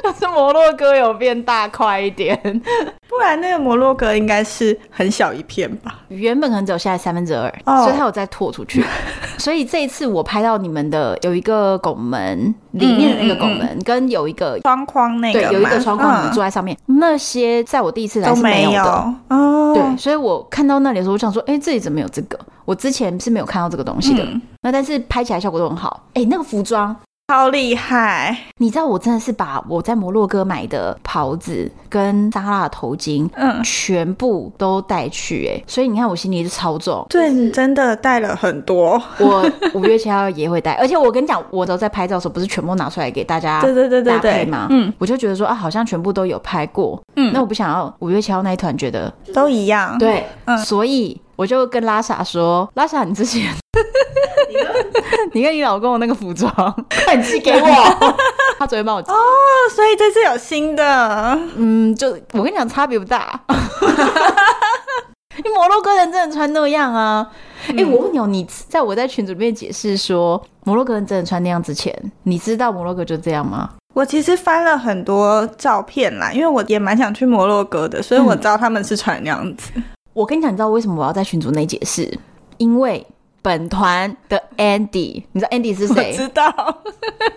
B: 就是摩洛哥有变大块一点。
C: 不然那个摩洛哥应该是很小一片吧？
B: 原本可能只有下来三分之二
C: 哦
B: 所以它有再拓出去。 所以这一次我拍到你们的有一个拱门里面的那个拱门，跟有一个
C: 窗框嗯那个
B: 对
C: 嘛
B: 有一个窗框，你
C: 嗯
B: 们坐在上面，那些在我第一次来
C: 都
B: 是
C: 没
B: 有的。
C: 哦。
B: 对，所以我看到那里的时候，我想说，哎、这里怎么有这个？我之前是没有看到这个东西的。
C: 嗯
B: 那但是拍起来效果都很好。哎、那个服装
C: 超厉害，
B: 你知道我真的是把我在摩洛哥买的袍子跟扎拉的头巾，
C: 嗯
B: 全部都带去哎、所以你看我行李是超重。
C: 对你真的带了很多。
B: 我五月七号也会带，而且我跟你讲，我都在拍照的时候不是全部拿出来给大家
C: 对对对对
B: 搭配
C: 对
B: 嘛，，
C: 嗯，
B: 我就觉得说啊，好像全部都有拍过，
C: 嗯
B: 那我不想要五月七号那一团觉得
C: 都一样。
B: 对，
C: 嗯
B: 所以我就跟拉萨说，拉萨你之前。 你跟你老公的那个服 装，快寄给我。 他昨天帮我寄，
C: 哦，所以这次有新的，
B: 嗯，就我跟你讲，差别不大。 你摩洛哥人真的穿那样啊？哎、
C: 嗯
B: 我问你哦，你在我在群组里面解释说摩洛哥人真的穿那样之前，你知道摩洛哥就这样吗？
C: 我其实翻了很多照片啦，因为我也蛮想去摩洛哥的，所以我
B: 嗯
C: 知道他们是穿那样子。
B: 我跟你讲，你知道为什么我要在群组内解释？因为本团的 Andy，你知道 Andy 是
C: 我
B: 谁？
C: 知道，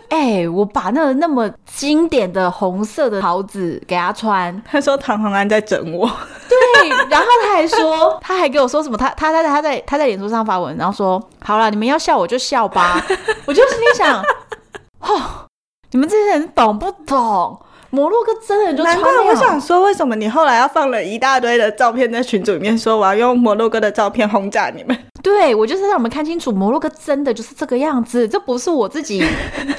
B: 哎、我把那个那么经典的红色的袍子给他穿，
C: 他说唐红安在整我，
B: 对，然后他还说，他还给我说什么，他他他他在他在脸书上发文，然后说，好啦，你们要笑我就笑 吧，我就心里想，哦，你们这些人懂不懂？摩洛哥真的就穿
C: 难怪
B: 那
C: 我
B: 样
C: 想说，为什么你后来要放了一大堆的照片在群组里面，说我要用摩洛哥的照片轰炸你们？
B: 对我就是让你们看清楚，摩洛哥真的就是这个样子，这不是我自己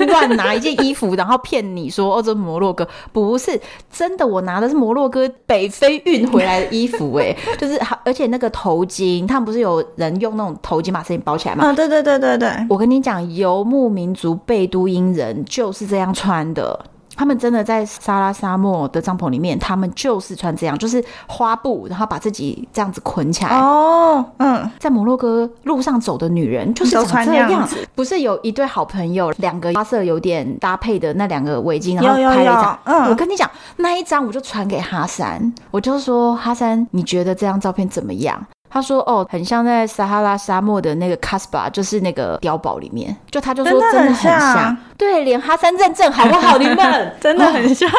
B: 乱拿一件衣服然后骗你说哦这是摩洛哥，不是真的，我拿的是摩洛哥北非运回来的衣服、欸，哎，就是而且那个头巾，他们不是有人用那种头巾把身体包起来吗？
C: 啊，对对对对对，
B: 我跟你讲，游牧民族贝都因人就是这样穿的。他们真的在撒拉沙漠的帐篷里面，他们就是穿这样，就是花布，然后把自己这样子捆起来。
C: 哦，嗯，
B: 在摩洛哥路上走的女人就是
C: 都
B: 长
C: 穿
B: 这
C: 那样
B: 样
C: 子，
B: 不是有一对好朋友，两个花色有点搭配的那两个围巾，然后
C: 有有
B: 拍了一张。
C: 有嗯
B: 我跟你讲，那一张我就传给哈山，我就说哈山，你觉得这张照片怎么样？他说：“哦，很像在撒哈拉沙漠的那个卡斯巴，就是那个碉堡里面。”就他就说
C: 真的
B: 真的
C: 很
B: 很
C: 像
B: 像，对，连哈山认证好不好？你们
C: 真的很像。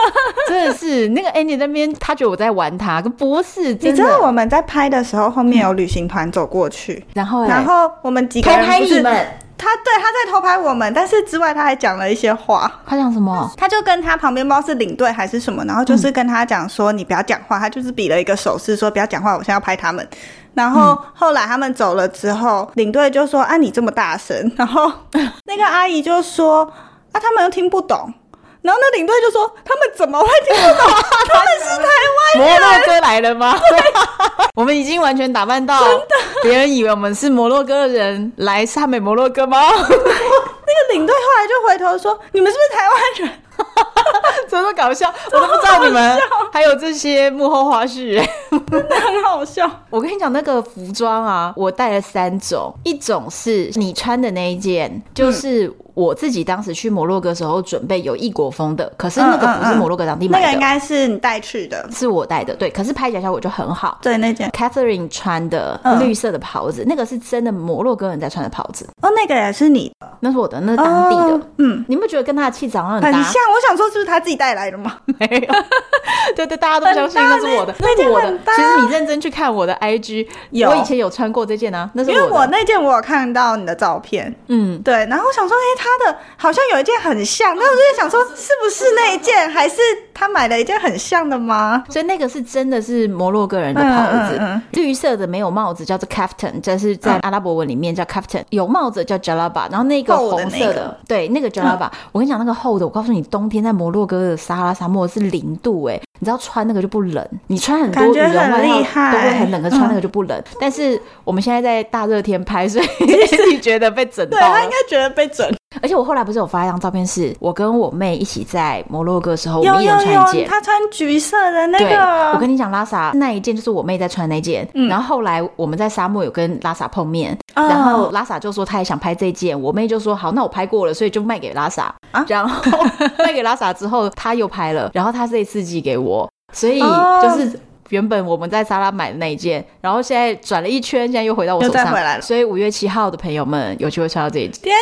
B: 真的是那个 Andy 那边，他觉得我在玩他，可不是
C: 你
B: 真
C: 知
B: 的。
C: 道我们在拍的时候，后面有旅行团走过去，
B: 然后嘞
C: 然后我们几
B: 偷
C: 个人
B: 拍
C: 不
B: 你
C: 是
B: 们，
C: 他对他在偷拍我们，但是之外他还讲了一些话。
B: 他讲什么？
C: 他就跟他旁边不知道是领队还是什么，然后就是跟他讲说你不要讲话，他就是比了一个手势说不要讲话，我现在要拍他们。然后后来他们走了之后，领队就说啊你这么大声， 然后那个阿姨就说啊他们又听不懂，然后那领队就说他们怎么会听不懂？ 他们是台湾
B: 摩洛哥来了 吗？我们已经完全打扮到，别人以为我们是摩洛哥人来是他美摩洛哥吗？
C: 那个领队后来就回头说你们是不是台湾人？
B: 怎么搞笑？ 我都不知道你们还有这些幕后花絮。
C: 很好笑。
B: 我跟你讲，那个服装啊，我带了三种，一种是你穿的那一件，
C: 嗯
B: 就是我自己当时去摩洛哥时候准备有异国风的，可是那个不是摩洛哥当地买
C: 嗯
B: 的，
C: 那个应该是你带去的，
B: 是我带的，对，可是拍起来效果就很好。
C: 对那件
B: Catherine 穿的
C: 嗯
B: 绿色的袍子，那个是真的摩洛哥人在穿的袍子，
C: 哦，那个也是你的
B: 那是我的，那是当地的。
C: 哦嗯，
B: 你们觉得跟他的气质好像
C: 很
B: 搭？
C: 像。我想说，是不是他自己带来的嘛？
B: 没有， 对对，大家都相信
C: 很搭
B: 那是我的，
C: 那那
B: 是
C: 件
B: 我的
C: 很。搭
B: 其实你认真去看我的 IG，
C: 有
B: 我以前有穿过这件啊，那是
C: 因为
B: 我的。
C: 我那件我有看到你的照片，
B: 嗯，
C: 对，然后我想说，哎、他的好像有一件很像，那我就在想说，是不是那一件，还是他买了一件很像的吗？
B: 所以那个是真的是摩洛哥人的袍子，
C: 嗯嗯嗯
B: 绿色的没有帽子叫做 captain，这是在阿拉伯文里面叫 captain，有帽子叫 jalaba，然后那个
C: 厚的
B: 红色的，
C: 那个嗯
B: 对，那个 jalaba，、我跟你讲那个厚的，我告诉你，冬天在摩洛哥的撒哈拉沙漠是零度哎、你知道穿那个就不冷，你穿很多
C: 感
B: 羽
C: 觉
B: 绒外
C: 很
B: 套
C: 厉害
B: 都会很冷，可是穿那个就不冷。但是我们现在在大热天拍， 所以你觉得被整到
C: 对
B: 了。
C: 他应该觉得被整。
B: 而且我后来不是有发一张照片，是我跟我妹一起在摩洛哥的时候，我
C: 有
B: 们一人
C: 有
B: 穿一件
C: 有，。他穿橘色的那
B: 对，我
C: 个，嗯
B: 跟你讲，拉萨那一件就是我妹在穿那件，然后后来我们在沙漠有跟拉萨碰面，
C: 哦
B: 然后拉萨就说她也想拍这件，我妹就说好，那我拍过了，所以就卖给拉萨，
C: 啊
B: 然后卖给拉萨之后，她又拍了，然后她这一次寄给我，所以
C: 哦
B: 就是。原本我们在莎拉买的那一件，然后现在转了一圈，现在又回到我手上，
C: 又再回来了
B: 所以五月七号的朋友们有机会穿到这一 件，
C: 天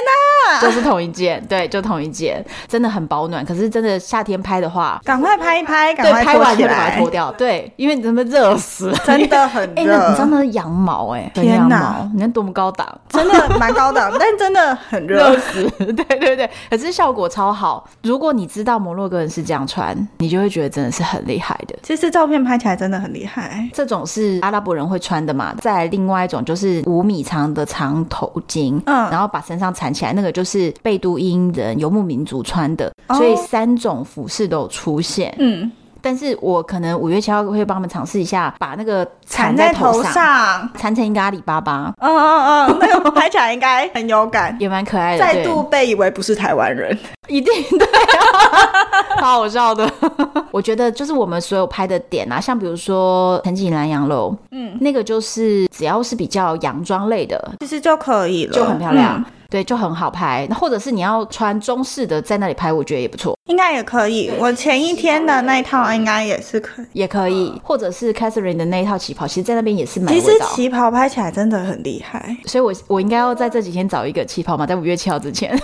C: 哪！
B: 就是同一件，对，就同一件，真的很保暖。可是真的夏天拍的话，
C: 赶快拍一拍，赶
B: 对，
C: 快
B: 拍
C: 脱
B: 完
C: 起
B: 就把它
C: 来
B: 脱，掉，对，因为你真的热死了，
C: 真的很
B: 哎、
C: 热，
B: 那你知道那是羊毛哎、纯
C: 天
B: 羊
C: 哪
B: 毛，你看多么高档，
C: 真的蛮 高档，但真的很
B: 热
C: 热。
B: 死！ 对对对，可是效果超好。如果你知道摩洛哥人是这样穿，你就会觉得真的是很厉害的。
C: 其实照片拍起来真的很厉害，
B: 这种是阿拉伯人会穿的嘛？再来另外一种就是五米长的长头巾，
C: 嗯
B: 然后把身上缠起来，那个就是贝都因人游牧民族穿的。
C: 哦
B: 所以三种服饰都有出现，
C: 嗯，
B: 但是我可能五月七号会帮他们尝试一下，把那个
C: 缠
B: 在
C: 在头
B: 上，
C: 上，
B: 缠成一个阿里巴巴，
C: 嗯嗯嗯，那个拍起来应该很有感。
B: 也蛮可爱的。
C: 再
B: 对
C: 度被以为不是台湾人，
B: 一定对、 啊，好好笑的。我觉得就是我们所有拍的点啊，像比如说陈景兰洋楼，嗯，那个就是只要是比较洋装类的，
C: 其实就可以了，
B: 就很漂亮。
C: 嗯
B: 对，就很好拍，或者是你要穿中式的，在那里拍，我觉得也不错，
C: 应该也可以。我前一天的那一套应该也是可以。
B: 也可以。或者是 Catherine 的那一套旗袍，嗯其实在那边也是蛮
C: 其
B: 有
C: 实
B: 味道。
C: 旗袍拍起来真的很厉害，
B: 所以我，我应该要在这几天找一个旗袍嘛，在五月七号之前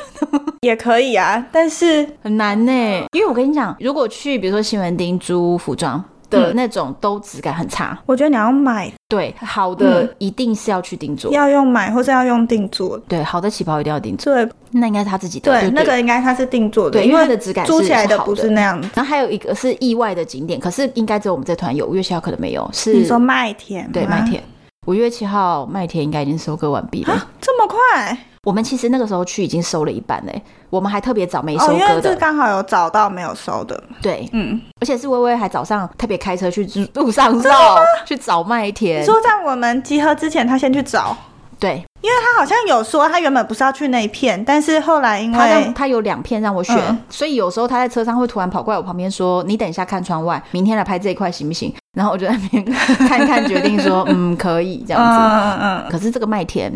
C: 也可以啊。但是
B: 很难呢、因为我跟你讲，如果去比如说西门町租服装的
C: 嗯
B: 那种，都质感很差。
C: 我觉得你要买，
B: 对，好的一定是要去定做。
C: 嗯要用买或是要用定做。
B: 对，好的旗袍一定要定做，
C: 对
B: 那应该是他自己的。
C: 对，
B: 就
C: 那个应该它是定做的，
B: 对因为它的质感是
C: 租起来
B: 是
C: 的
B: 好的嗯
C: 不是那样子。
B: 然后还有一个是意外的景点，可是应该只有我们这团有，五月七号可能没有。是
C: 你说麦田吗？
B: 对麦田，五月七号麦田应该已经收割完毕了。
C: 啊，这么快？
B: 我们其实那个时候去已经收了一半嘞，我们还特别早没收
C: 哦，因为
B: 割
C: 这
B: 的。
C: 刚好有找到没有收的。
B: 对，
C: 嗯，
B: 而且是薇薇还早上特别开车去路上绕去找麦
C: 你
B: 田。
C: 说在我们集合之前，他先去找。
B: 对，
C: 他好像有说，他原本不是要去那一片，但是后来因
B: 他让
C: 为
B: 他有两片让我选，
C: 嗯
B: 所以有时候他在车上会突然跑过来我旁边说：“你等一下看窗外，明天来拍这一块行不行？”然后我就在那边看看，决定说：“嗯，可以这
C: 嗯
B: 样子。
C: 嗯嗯，
B: 可是这个麦田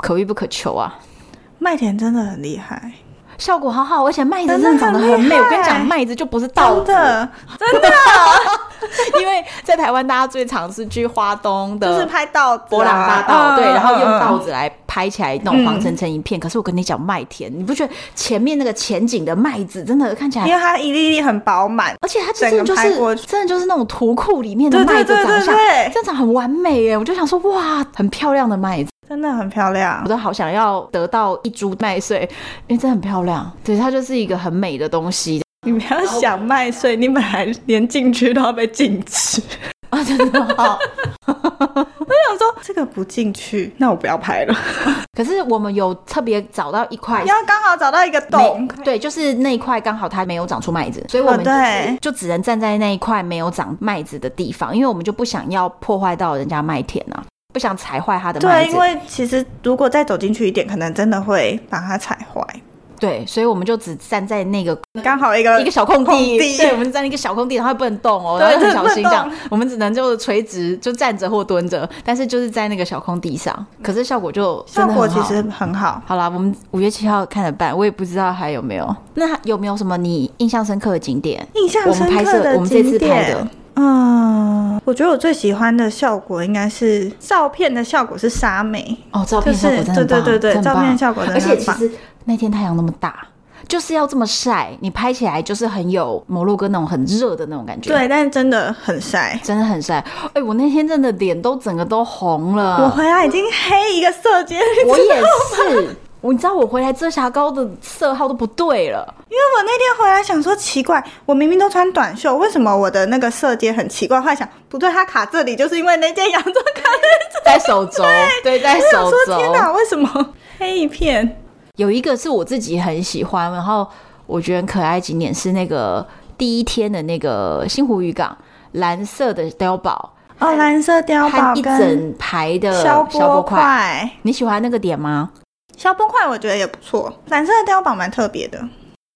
B: 可遇不可求啊，
C: 麦田真的很厉害，
B: 效果好好，而且麦子
C: 真的
B: 真的长得
C: 很
B: 很美。
C: 厉害
B: 我跟你讲，麦子就不是稻
C: 真
B: 子，
C: 的
B: 因为在台湾大家最常是去花东的，
C: 就是拍稻子啊
B: 博朗大道，
C: 嗯
B: 对，然后用
C: 嗯嗯嗯
B: 稻子来拍起来那种黄澄澄一片。可是我跟你讲，麦田，你不觉得前面那个前景的麦子真的看起来
C: 因为它一粒一粒很饱满，
B: 而且它就
C: 整
B: 真的
C: 个
B: 就
C: 拍过
B: 是
C: 去
B: 真的就是那种图库里面的
C: 对
B: 麦子
C: 对对
B: 长
C: 对
B: 相，
C: 对，
B: 这长很完美耶！我就想说，哇，很漂亮的麦子，
C: 真的很漂
B: 我
C: 亮。
B: 都好想要得到一株麦穗，因为这很漂亮。对，它就是一个很美的东西
C: 你不要想麦穗，你本来连进去都要被禁止。
B: 啊，真的好。
C: 我说 这个不进去，那我不要拍了。
B: 可是我们有特别找到一块。
C: 要刚好找到一个洞，
B: 对，就是那一块刚好它没有长出麦子，所以我们
C: 哦
B: 就,、
C: 对
B: 就只能站在那一块没有长麦子的地方，因为我们就不想要破坏到人家麦田啊，不想踩坏它的麦
C: 对，
B: 子。
C: 因为其实如果再走进去一点，可能真的会把它踩坏。
B: 对，所以我们就只站在那个
C: 刚好一个
B: 一个小空地，
C: 呃空地
B: 对，我们站在一个小空地，然后不能动哦，
C: 对
B: 然后很
C: 真的
B: 小
C: 不能
B: 心这样
C: 动，
B: 我们只能就垂直就站着或蹲着，但是就是在那个小空地上，可是效果就真
C: 嗯效
B: 的
C: 果
B: 很
C: 其
B: 好。
C: 实很好。
B: 好啦，我们五月七号看了半，我也不知道还有没有。那有没有什么你印象深刻的景点？
C: 印象深刻的
B: 我们拍摄我们这次
C: 景
B: 拍
C: 点
B: 的
C: 嗯，我觉得我最喜欢的效果应该是照片的效果是沙美，
B: 哦，照
C: 就
B: 片效
C: 是
B: 果真的很
C: 对对
B: 棒
C: 对对，
B: 真的
C: 照
B: 很棒
C: 片效果真
B: 而
C: 的
B: 且
C: 很
B: 其
C: 棒。
B: 实那天太阳那么大，就是要这么晒，你拍起来就是很有摩洛哥那种很热的那种感觉。
C: 对，但是真的很晒。
B: 真的很晒。哎、我那天真的脸都整个都红了。
C: 我回来已经黑一个色阶，因
B: 嗯我也是，我你知道我回来遮瑕膏的色号都不对了，
C: 为我那天回来想说奇怪，我明明都穿短袖，为什么我的那个色阶很奇怪？后来想不对，它卡这里就是因为那件洋装卡在
B: 在手 肘，对，在
C: 这里。我
B: 手
C: 想说天哪，
B: 肘。
C: 为什么黑一片？
B: 有一个是我自己很喜欢，然后我觉得很可爱景点是那个第一天的那个星湖渔港，蓝色的碉堡
C: 哦，蓝色碉堡
B: 哎和一
C: 跟
B: 整排的
C: 消
B: 波
C: 波。块，
B: 你喜欢那个点吗？
C: 消波块我觉得也不错，蓝色的碉堡蛮特别的，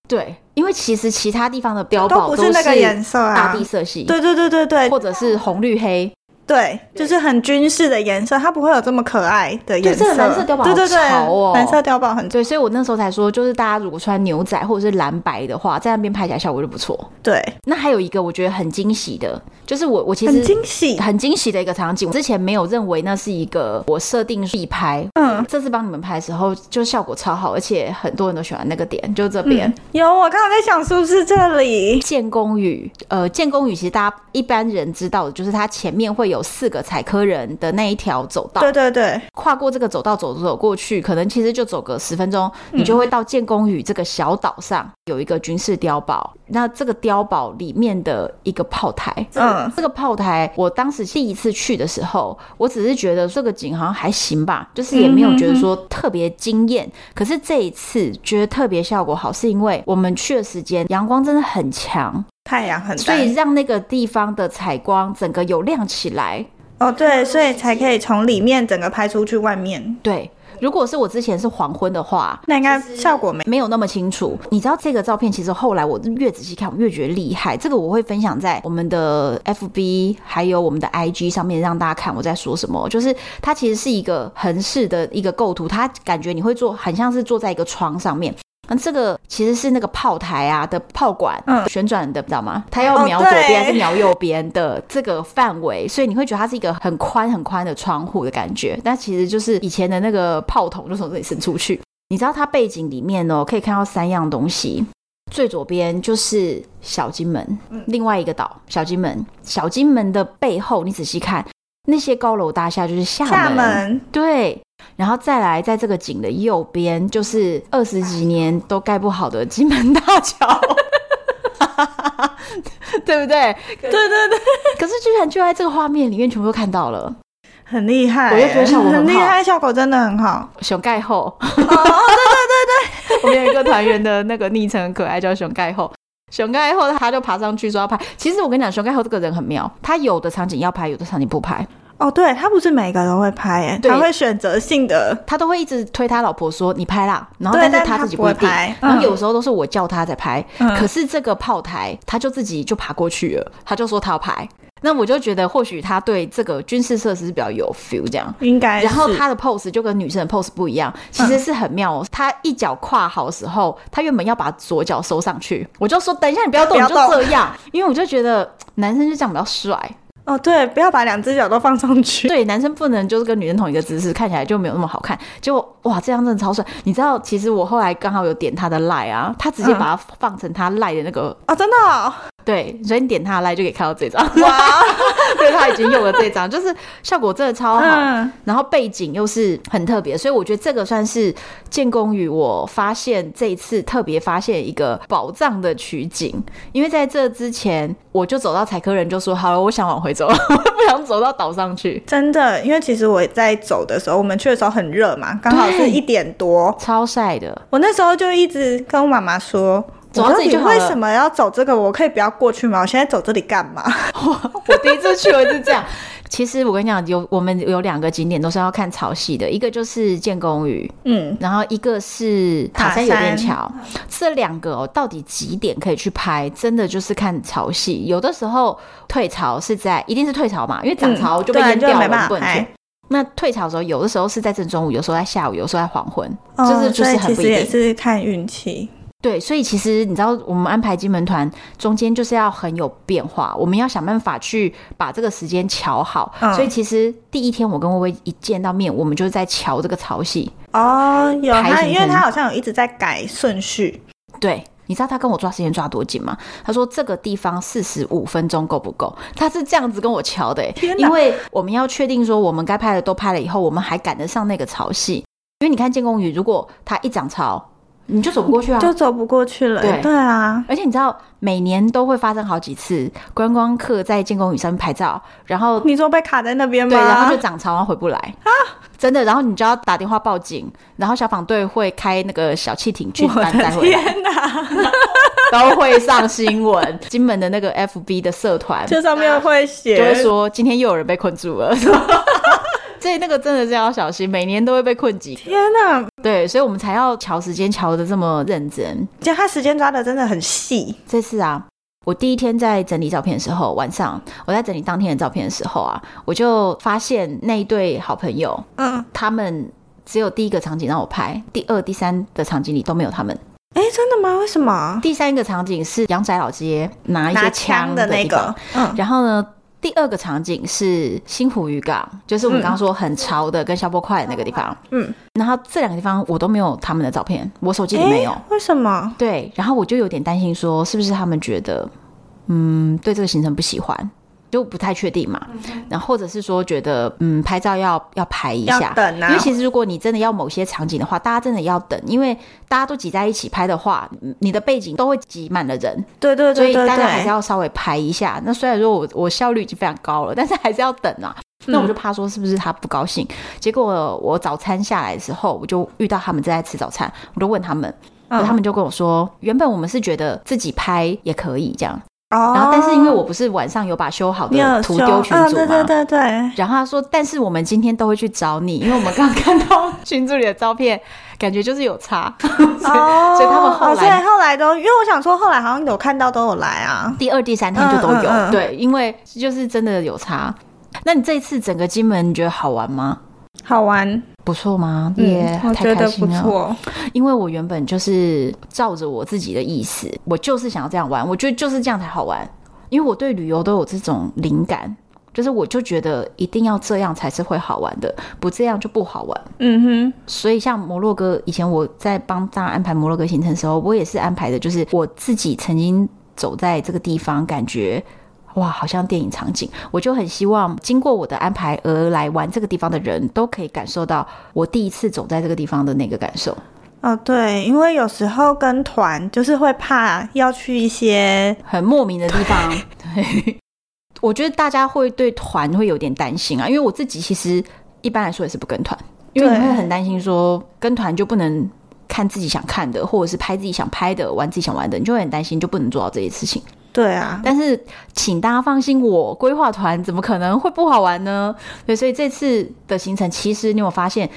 B: 对，因为其实其他地方的碉
C: 都
B: 堡
C: 不是那个颜色啊
B: 大地色系，
C: 对对对对对
B: 或者是红绿黑，
C: 对，就是很军事的颜色，它不会有这么可爱
B: 对
C: 的颜色。
B: 这个蓝色碉堡
C: 对对对
B: 好潮哦，
C: 蓝色碉堡很
B: 对，所以我那时候才说，就是大家如果穿牛仔或者是蓝白的话，在那边拍起来效果就不错。
C: 对，
B: 那还有一个我觉得很惊喜的，就是我我其实
C: 很惊喜。
B: 很惊喜的一个场景，我之前没有认为那是一个我设定必拍，
C: 嗯，
B: 这次帮你们拍的时候就效果超好，而且很多人都喜欢那个点，就这边。
C: 有，我刚刚在想是不是这里？
B: 建功屿，呃，建功屿其实大家一般人知道的就是它前面会有四个采科人的那一条走道，
C: 对对对，
B: 跨过这个走道走走过去，可能其实就走个十分钟，
C: 嗯
B: 你就会到建功屿这个小岛上、有一个军事碉堡。那这个碉堡里面的一个炮台，
C: 嗯
B: 这个炮台，我当时第一次去的时候，我只是觉得这个景好像还行吧，就是也没有觉得说特别惊艳。可是这一次觉得特别效果好，是因为我们去的时间阳光真的很强，
C: 太阳很
B: 所
C: 大。
B: 以让那个地方的采光整个有亮起来。
C: 哦，对，所以才可以从里面整个拍出去外面，
B: 对，如果是我之前是黄昏的话，
C: 那应该效果没。
B: 没有那么清楚。你知道这个照片，其实后来我越仔细看，我越觉得厉害。这个我会分享在我们的 FB 还有我们的 IG 上面，让大家看我在说什么。就是它其实是一个横式的一个构图，它感觉你会坐，很像是坐在一个窗上面。那这个其实是那个炮台啊的炮管、
C: 嗯
B: 旋转的，知道吗？它要
C: 哦
B: 瞄左
C: 对
B: 边还是瞄右边的这个范围，所以你会觉得它是一个很宽很宽的窗户的感觉。但其实就是以前的那个炮筒就从这里伸出去。你知道它背景里面哦呢，可以看到三样东西。最左边就是小金门，
C: 嗯
B: 另外一个岛小金门。小金门的背后，你仔细看那些高楼大厦，就是厦门。
C: 厦门，
B: 对，然后再来，在这个井的右边，就是二十几年都盖不好的金门大 桥。对不对？
C: 对对对，
B: 可是居然就在这个画面里面，全部都看到了
C: 很厉害，欸
B: 我就觉得效果很好
C: 很厉害，效果真的很好。
B: 熊盖后。哦，对 对对对，我们有一个团员的那个昵称很可爱，叫熊盖后。熊盖后他就爬上去说要拍，其实我跟你讲，熊盖后这个人很妙，他有的场景要拍，有的场景不拍。
C: 哦，对，他不是每个都会拍，哎，
B: 对
C: 他会选择性的，
B: 他都会一直推他老婆说你拍啦，然后
C: 对
B: 但是
C: 但
B: 他
C: 他
B: 自己
C: 不
B: 不
C: 会
B: 一定
C: 拍，
B: 然后
C: 嗯
B: 有时候都是我叫他在拍，
C: 嗯
B: 可是这个炮台他就自己就爬过去了，他就说他要拍，那我就觉得或许他对这个军事设施是比较有 feel 这样。
C: 应该是。
B: 然后他的 pose 就跟女生的 pose 不一样，其实是很妙、哦。他一脚跨好的时候，他原本要把左脚收上去，我就说等一下你不要动，
C: 不
B: 你
C: 要
B: 就
C: 动
B: 这样，因为我就觉得男生就这样比较帅，
C: 哦，对，不要把两只脚都放上去。
B: 对，男生不能就是跟女生同一个姿势，看起来就没有那么好看。结果哇，这样真的超帅！你知道，其实我后来刚好有点他的赖啊，他直接把它
C: 嗯
B: 放成他赖的那个、
C: 哦，真的、哦，
B: 对，所以你点他的赖就可以看到这张，
C: 哇，
B: 对他已经用了这张，就是效果真的超哦好。
C: 嗯，
B: 然后背景又是很特别，所以我觉得这个算是建功屿我发现这一次特别发现一个宝藏的取景，因为在这之前我就走到采科人就说好了，我想往回走， 我不想走到岛上去。
C: 真的，因为其实我在走的时候，我们去的时候很热嘛，刚好是一点多，
B: 超晒的，
C: 我那时候就一直跟我妈妈说。
B: 走
C: 我
B: 到
C: 到
B: 这里
C: 底
B: 就好了
C: 为什么要走这个？我可以不要过去吗？我现在走这里干嘛？
B: 我第一次去我是这样。其实我跟你讲，有我们有两个景点都是要看潮汐的，一个就是建功屿，
C: 嗯，
B: 然后一个是塔山
C: 塔山
B: 有点桥。这两个哦，到底几点可以去拍？真的就是看潮汐。有的时候退潮是在，一定是退潮嘛，因为涨潮就被
C: 嗯对啊
B: 淹掉
C: 就
B: 了，
C: 没办法哎
B: 不能去
C: 拍。
B: 那退潮的时候，有的时候是在正中午，有时候在下午，有时候在黄昏，
C: 哦
B: 就是就是
C: 所以
B: 很
C: 其
B: 不
C: 实
B: 一
C: 也
B: 定。
C: 是看运气。
B: 对，所以其实你知道，我们安排金门团中间就是要很有变化，我们要想办法去把这个时间瞧好。
C: 嗯
B: 所以其实第一天我跟薇薇一见到面，我们就是在瞧这个潮汐。
C: 哦，有
B: 排
C: 他，
B: 行
C: 因为
B: 程
C: 他好像有一直在改顺序。
B: 对，你知道他跟我抓时间抓多紧吗？他说这个地方四十五分钟够不够？他是这样子跟我瞧的、欸，
C: 天哪
B: 因为我们要确定说我们该拍的都拍了以后，我们还赶得上那个潮汐。因为你看建功屿，如果它一涨潮，你就走不过去啊，
C: 就走不过去了。
B: 对
C: 对啊，
B: 而且你知道，每年都会发生好几次观光客在建功屿上面拍照，然后
C: 你说被卡在那边吗？
B: 对，然后就涨潮，然后回不来啊，真的。然后你就要打电话报警，然后消防队会开那个小汽艇去
C: 我
B: 搬带
C: 的
B: 回来，
C: 天哪！
B: 都会上新闻。 金门的那个 FB 的社团
C: 这上面会写，
B: 就会说，今天又有人被困住了。 所以那个真的是要小心，每年都会被困几个。
C: 天哪！
B: 对，所以我们才要瞧时间瞧的这么认真。
C: 就他时间抓的真的很细，
B: 这次啊，我第一天在整理照片的时候，晚上我在整理当天的照片的时候啊，我就发现那一对好朋友，
C: 嗯，
B: 他们只有第一个场景让我拍，第二、第三的场景里都没有他们。
C: 哎，真的吗？为什么？
B: 第三个场景是阳宅老街拿一些枪
C: 的那
B: 地方
C: 个，嗯，
B: 然后呢，第二个场景是新湖渔港，就是我们刚刚说很潮的跟消波块的那个地方。
C: 嗯，
B: 然后这两个地方我都没有他们的照片，我手机里没有。
C: 诶为什么？
B: 对，然后我就有点担心，说是不是他们觉得，嗯，对这个行程不喜欢，就不太确定嘛。
C: 嗯
B: 然后或者是说觉得，嗯，拍照要要排一
C: 要
B: 下，
C: 等啊
B: 因为其实如果你真的要某些场景的话，大家真的要等，因为大家都挤在一起拍的话，嗯你的背景都会挤满了人，
C: 对对
B: 所以
C: 对对
B: 大家还是
C: 对，
B: 要稍微排一下。那虽然说我我效率已经非常高了，但是还是要等啊。
C: 嗯
B: 那我就怕说是不是他不高兴？结果我早餐下来的时候，我就遇到他们正在吃早餐，我就问他们，
C: 嗯
B: 他们就跟我说，原本我们是觉得自己拍也可以这样，
C: 哦
B: 然后但是因为我不是晚上有把修好
C: 你有
B: 的图
C: 说
B: 丢群
C: 嗯，
B: 组
C: 对
B: 嘛
C: 对，对对，
B: 然后他说，但是我们今天都会去找你，因为我们刚看到群组里的照片，感觉就是有差， 所
C: 哦
B: 以所以他们后
C: 哦所以
B: 来。
C: 后来都，因为我想说，后来好像有看到都有来啊。
B: 第二、第三天就都有，
C: 嗯嗯嗯
B: 对，因为就是真的有差。那你这一次整个金门，你觉得好玩吗？
C: 好玩，
B: 不错吗？
C: 嗯
B: 也、
C: 我
B: 太
C: 觉
B: 开
C: 得
B: 心
C: 不
B: 了。
C: 错。
B: 因为我原本就是照着我自己的意思，我就是想要这样玩，我觉得就是这样才好玩。因为我对旅游都有这种灵感，就是我就觉得一定要这样才是会好玩的，不这样就不好玩。
C: 嗯
B: 所以像摩洛哥，以前我在帮大家安排摩洛哥行程的时候，我也是安排的，就是我自己曾经走在这个地方，感觉。哇，好像电影场景，我就很希望经过我的安排而来玩这个地方的人都可以感受到我第一次走在这个地方的那个感受。
C: 哼，哦对，因为有时候跟团就是会怕要去一些，
B: 很莫名的地方。对， 我觉得大家会对团会有点担心啊，因为我自己其实一般来说也是不跟团，因为
C: 对
B: 你会很担心说跟团就不能看自己想看的，或者是拍自己想拍的，玩自己想玩的，你就会很担心就不能做到这些事情。
C: 对啊，
B: 但是请大家放心，我规划团怎么可能会不好玩呢？对，所以这次的行程其实你有发现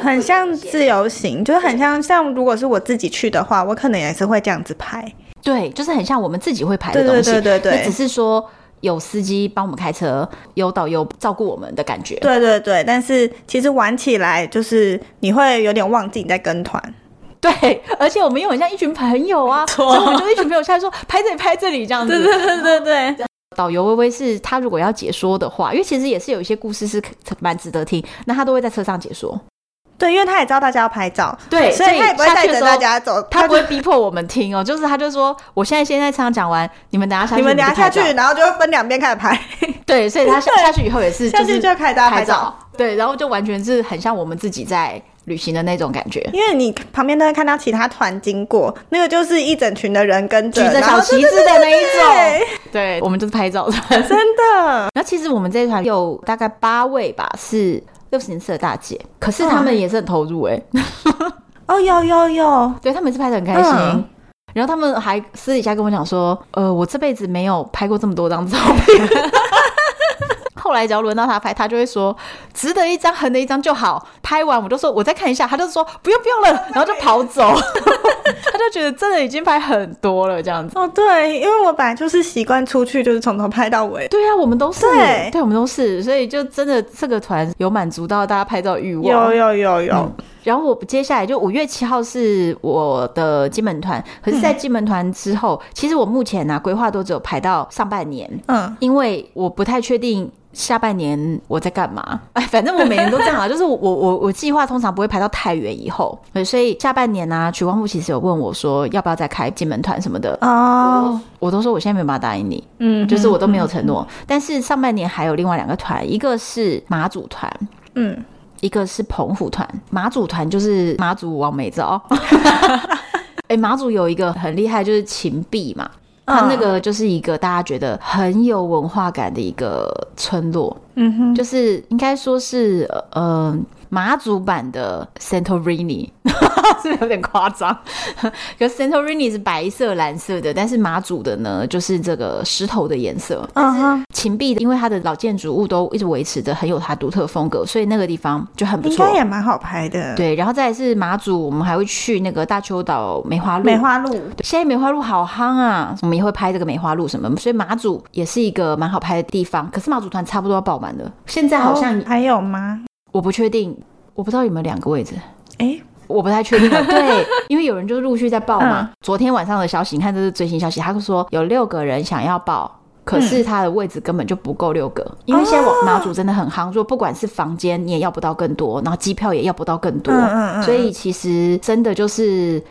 C: 很像自由行，就是很像像如果是我自己去的话，我可能也是会这样子拍。
B: 对，就是很像我们自己会排的
C: 对
B: 东
C: 对
B: 西，
C: 对对
B: 那只
C: 对，
B: 是说有司机帮我们开车，有导游照顾我们的感觉。
C: 对对对。但是其实玩起来就是你会有点忘记你在跟团。
B: 对，而且我们又很像一群朋友啊，所以我们就一群朋友下来说拍这里拍这里这样子。
C: 对对对，
B: 导游微微是他如果要解说的话，因为其实也是有一些故事是可蛮值得听，那他都会在车上解说，
C: 对，因为他也知道大家要拍照，
B: 对
C: 所
B: 所以
C: 以他也不会
B: 下
C: 带
B: 去的
C: 着
B: 时候
C: 大家走，
B: 他不
C: 就
B: 会逼迫我们听哦，就是他就说我现在先在车上讲完，你们等下下去，
C: 你们等下下去
B: 就拍，照
C: 然后就分两边开始拍，
B: 对，所以他下下去以后也是
C: 下
B: 就
C: 去
B: 是
C: 就开始大家
B: 拍
C: 拍照
B: 照。，对，然后就完全是很像我们自己在旅行的那种感觉。
C: 因为你旁边都会看到其他团经过，那个就是一整群的人跟着
B: 举着
C: 然后
B: 小
C: 就
B: 旗哦子的那一
C: 对
B: 种，对，我们就是拍照的。
C: 真的，
B: 然后其实我们这一团有大概八位吧，是六十年次的大姐，可是他们也是很投入哎、
C: 嗯哦，有有有，
B: 对他们也是拍的很开心。
C: 嗯
B: 然后他们还私底下跟我讲说，呃，我这辈子没有拍过这么多张照片。 后来只要轮到他拍，他就会说值得一张，横的一张就好。拍完我就说我再看一下，他就说不用不用了，然后就跑走。 他就觉得真的已经拍很多了这样子。
C: 哦对，因为我本来就是习惯出去就是从头拍到尾，
B: 对啊，我们都是，
C: 对
B: 我们都是，所以就真的这个团有满足到大家拍照欲望。
C: 有有有有，
B: 然后我接下来就五月七号是我的金门团，可是， 在金门团之后，其实我目前呢、规划都只有排到上半年，
C: 嗯，
B: 因为我不太确定下半年我在干嘛。 哎，反正我每年都这 样啊，就是我我我我计划通常不会排到太远以后，对所以下半年呢、曲光富其实有问我说要不要再开金门团什么的，
C: 哦，
B: 我都说我现在没有办法答应你，
C: 嗯，
B: 嗯就是我都没有承诺。但是上半年还有另外两个团，一个是马祖团，
C: 嗯，
B: 一个是澎湖团，马祖团就是马祖王美 照。哎、马祖有一个很厉害，就是琴壁嘛，
C: 嗯
B: 它那个就是一个大家觉得很有文化感的一个村落，
C: 嗯哼，
B: 就是应该说是呃马祖版的 Santorini， 是不是有点夸张？ 可是 Santorini 是白色、蓝色的，但是马祖的呢，就是这个石头的颜色。
C: 嗯哼，
B: 秦壁因为它的老建筑物都一直维持着很有它独特风格，所以那个地方就很不
C: 应
B: 错
C: 该。也蛮好拍的。，
B: 对，然后再来是马祖，我们还会去那个大邱岛梅花鹿。
C: 梅花鹿
B: 对现在梅花鹿好夯啊，我们也会拍这个梅花鹿什么，所以马祖也是一个蛮好拍的地方。可是马祖团差不多要爆满了，现在好像
C: 哦还有吗？
B: 我不确定，我不知道有没有两个位置。
C: 哎，
B: 我不太确定 了，对，因为有人就陆续在报
C: 嗯
B: 嘛。昨天晚上的消息，你看这是最新消息，他就说有六个人想要报，可是他的位置根本就不够六个，因为现在网马主真的很夯，说不管是房间你也要不到更多，然后机票也要不到更多，
C: 嗯嗯嗯
B: 所以其实真的就是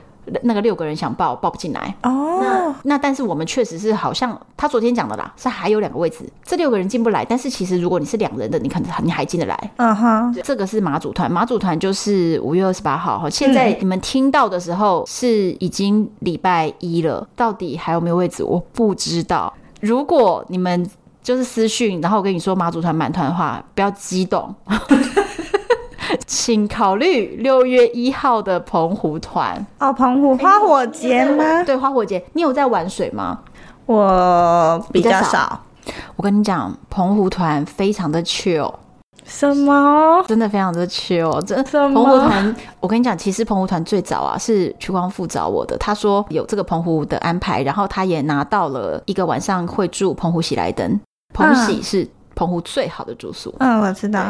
B: 那个六个人想报报不进来。
C: 哦，
B: 那但是我们确实是好像他昨天讲的啦，是还有两个位置，这六个人进不来。但是其实如果你是两人的，你可能你还进得来。
C: 嗯哼，
B: 这个是马祖团，马祖团就是五月二十八号哈。现在你们听到的时候是已经礼拜一了，到底还有没有位置？我不知道。如果你们就是私讯，然后我跟你说马祖团满团的话，不要激动， 请考虑六月一号的澎湖团。
C: 哦，澎湖花火节吗？
B: 对，花火节，你有在玩水吗？
C: 我
B: 比
C: 比
B: 较
C: 较
B: 少
C: 少。
B: 我跟你讲，澎湖团非常的 chill。
C: 什么？
B: 真的非常的 chill，真的。
C: 什
B: 澎
C: 么
B: 湖团，我跟你讲，其实澎湖团最早啊是曲光富找我的，他说有这个澎湖的安排，然后他也拿到了一个晚上会住澎湖喜来登，澎喜是澎湖最好的住宿，
C: 嗯，我知道。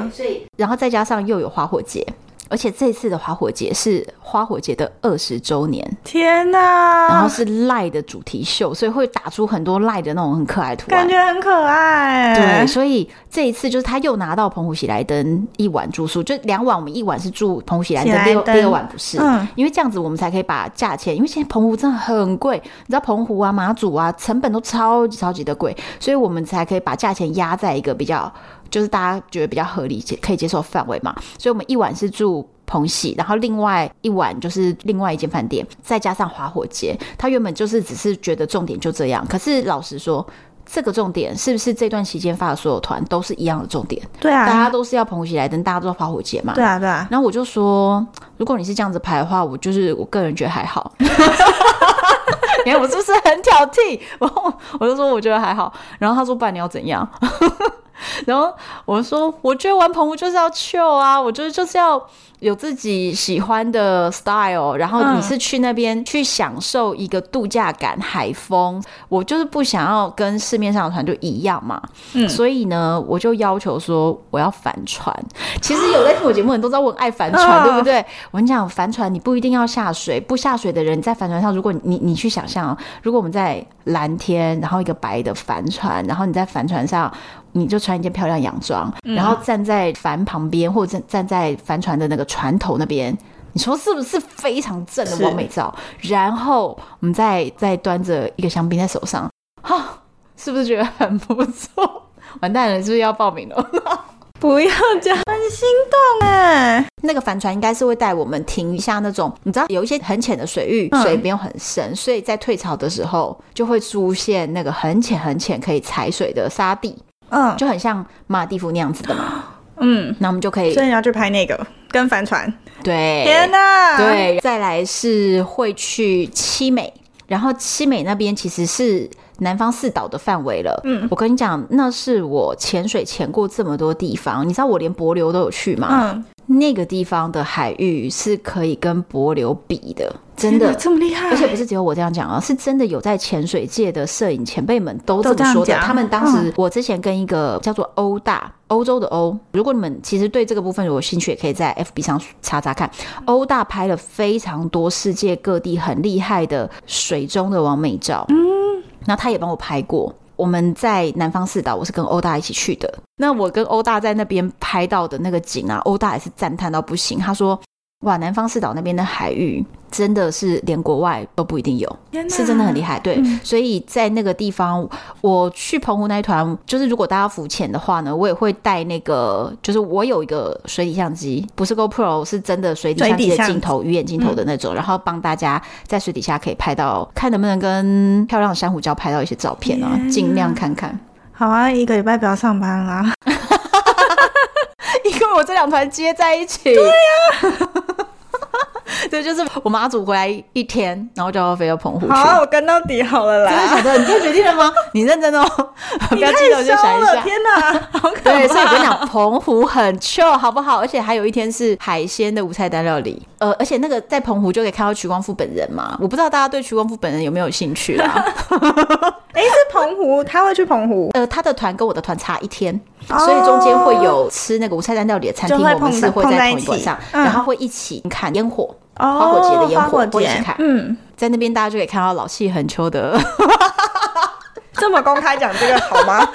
B: 然后再加上又有花火节，而且这次的花火节是花火节的二十周年，
C: 天
B: 然后
C: 哪，
B: 是赖的主题秀，所以会打出很多赖的那种很可爱的图案
C: 感。觉很可爱。
B: 对，，所以这一次就是他又拿到澎湖喜来登一晚住宿，就两晚我们一晚是住澎湖喜来登，
C: 喜来
B: 第二
C: 登
B: 第二晚不是，
C: 嗯
B: 因为这样子我们才可以把价钱，因为现在澎湖真的很贵，你知道澎湖啊、马祖啊成本都超级超级的贵，所以我们才可以把价钱压在一个比较就是大家觉得比较合理、接可以接受的范围嘛，所以我们一晚是住。澎喜，然后另外一晚就是另外一间饭店，再加上花火节，他原本就是只是觉得重点就这样。可是老实说，这个重点是不是这段期间发的所有团都是一样的重点？
C: 对
B: 大家
C: 啊，
B: 都是要澎湖喜来登，大家都要花火节嘛。
C: 对。啊，对啊。
B: 然后我就说，如果你是这样子排的话，我就是我个人觉得还好。 你看我是不是很挑剔？然后我就说我觉得还好。然后他说不然你要怎样？ 然后我就说我觉得玩澎湖就是要 chill 啊，我觉得就是要有自己喜欢的 style，然后你
C: 嗯
B: 是去那边去享受一个度假感、海风。我就是不想要跟市面上的团队一样嘛，
C: 嗯
B: 所以呢，我就要求说我要帆船。其实有在听我节目的人都知道我很爱帆船，
C: 啊
B: 对不对？我跟你讲，帆船你不一定要下水，不下水的人你在帆船上，如果你你你去想象哦，如果我们在蓝天，然后一个白的帆船，然后你在帆船上。你就穿一件漂亮洋装，然后站在帆旁边，或者站站在帆船的那个船头那边，你说是不是非常正的
C: 是
B: 完美照？然后我们再再端着一个香槟在手上，哈、是不是觉得很不错？完蛋了，是不是要报名了？
C: 不要这样，很心动哎。
B: 那个帆船应该是会带我们停一下那种，你知道有一些很浅的水域，
C: 嗯
B: 水没有很深，所以在退潮的时候就会出现那个很浅很浅可以踩水的沙地，
C: 嗯
B: 就很像马尔地夫那样子的嘛。
C: 嗯，
B: 那我们就可以
C: 所以你要去拍那个跟帆船。
B: 对
C: 天哪，，
B: 哎对，再来是会去七美，然后七美那边其实是南方四岛的范围了。嗯，我跟你讲，那是我潜水潜过这么多地方，你知道我连帛琉都有去吗？
C: 嗯，
B: 那个地方的海域是可以跟帛琉比的，真
C: 天
B: 的
C: 哪。这么厉害，
B: 而且不是只有我这样讲啊，是真的有在潜水界的摄影前辈们都这
C: 都这
B: 么
C: 样
B: 说的。
C: 讲嗯
B: 他们当时，我之前跟一个叫做欧大，欧洲的欧，如果你们其实对这个部分有兴趣，也可以在 FB 上查查看。欧大拍了非常多世界各地很厉害的水中的完美照，嗯，那他也帮我拍过。我们在南方四岛，我是跟欧大一起去的。那我跟欧大在那边拍到的那个景啊，欧大也是赞叹到不行。他说：“哇，南方四岛那边的海域真的是连国外都不一定有，
C: 天哪
B: 是真的很厉害。对，
C: 嗯
B: 所以在那个地方，我去澎湖那一团，就是如果大家浮潜的话呢，我也会带那个，就是我有一个水底相机，不是 GoPro，是真的水底相机
C: 水
B: 的
C: 底相
B: 镜头，鱼眼镜头的那
C: 嗯
B: 种，然后帮大家在水底下可以拍到，看能不能跟漂亮的珊瑚礁拍到一些照片啊
C: 天，哪
B: 尽量看 看。
C: 好啊，一个礼拜不要上班啦。
B: 因为我这两团接在一起。对呀、 对，就是我妈祖回来一天，然后就要飞到澎湖去。
C: 好啊，我跟到底好了
B: 真的
C: 啦。
B: 假的？你做决定了 吗？你认真哦，不
C: 你
B: 要
C: 太
B: 激动我就
C: 烧
B: 想一
C: 了，
B: 下。
C: 天 哪，好可怕！
B: 对，所以我跟你讲，澎湖很 chill，好不好？而且还有一天是海鲜的无菜单料理，呃，而且那个在澎湖就可以看到曲光富本人嘛。我不知道大家对曲光富本人有没有兴趣 啦。
C: 哎，是澎湖，他会去澎湖，
B: 呃，他的团跟我的团差一天，
C: 哦
B: 所以中间会有吃那个无菜单料理的餐厅，
C: 就会
B: 我们是会
C: 碰在
B: 在
C: 一
B: 同一
C: 起
B: 馆上，
C: 嗯
B: 然后会一起看烟火，花
C: 哦
B: 火节的烟
C: 花
B: 火
C: 火
B: 会一起
C: 节
B: 看，
C: 嗯，
B: 在那边大家就可以看到老气横秋的
C: 这么公开讲这个好 吗？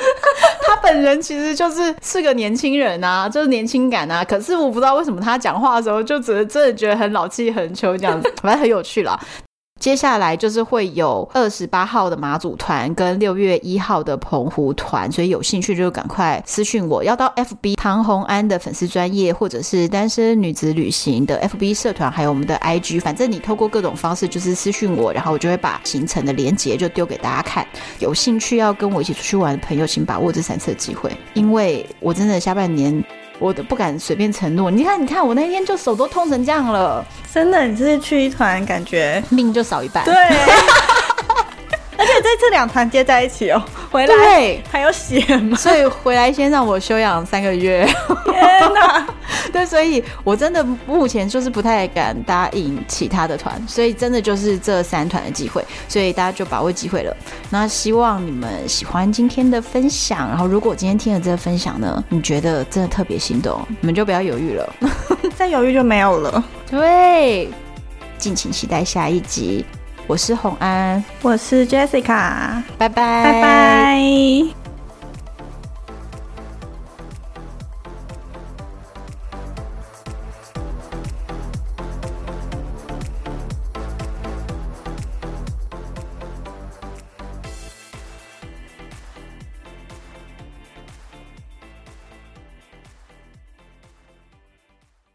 B: 他本人，其实就是是个年轻人啊，就是年轻感啊。可是我不知道为什么他讲话的时候，就只是真的觉得很老气横秋这样子，反正很有趣啦。 接下来就是会有二十八号的马祖团跟六月一号的澎湖团，所以有兴趣就赶快私讯我，要到 FB 唐红安的粉丝专业，或者是单身女子旅行的 FB 社团，还有我们的 IG，反正你透过各种方式就是私讯我，然后我就会把行程的连结就丢给大家看。有兴趣要跟我一起出去玩的朋友，请把握这三次的机会，因为我真的下半年。我都不敢随便承诺，你看，你看，我那天就手都痛成这样了，
C: 真的，你是去一团，感觉
B: 命就少一半。
C: 对。而且这次两团接在一起哦，回来
B: 对，
C: 还有血吗？
B: 所以回来先让我休养三个月。
C: 天哪！
B: 对，所以我真的目前就是不太敢答应其他的团，所以真的就是这三团的机会，所以大家就把握机会了。那希望你们喜欢今天的分享，然后如果今天听了这个分享呢，你觉得真的特别心动，你们就不要犹豫了。
C: 再犹豫就没有了。
B: 对，敬请期待下一集。我是红安，
C: 我是 Jessica，
B: 拜拜，
C: 拜拜。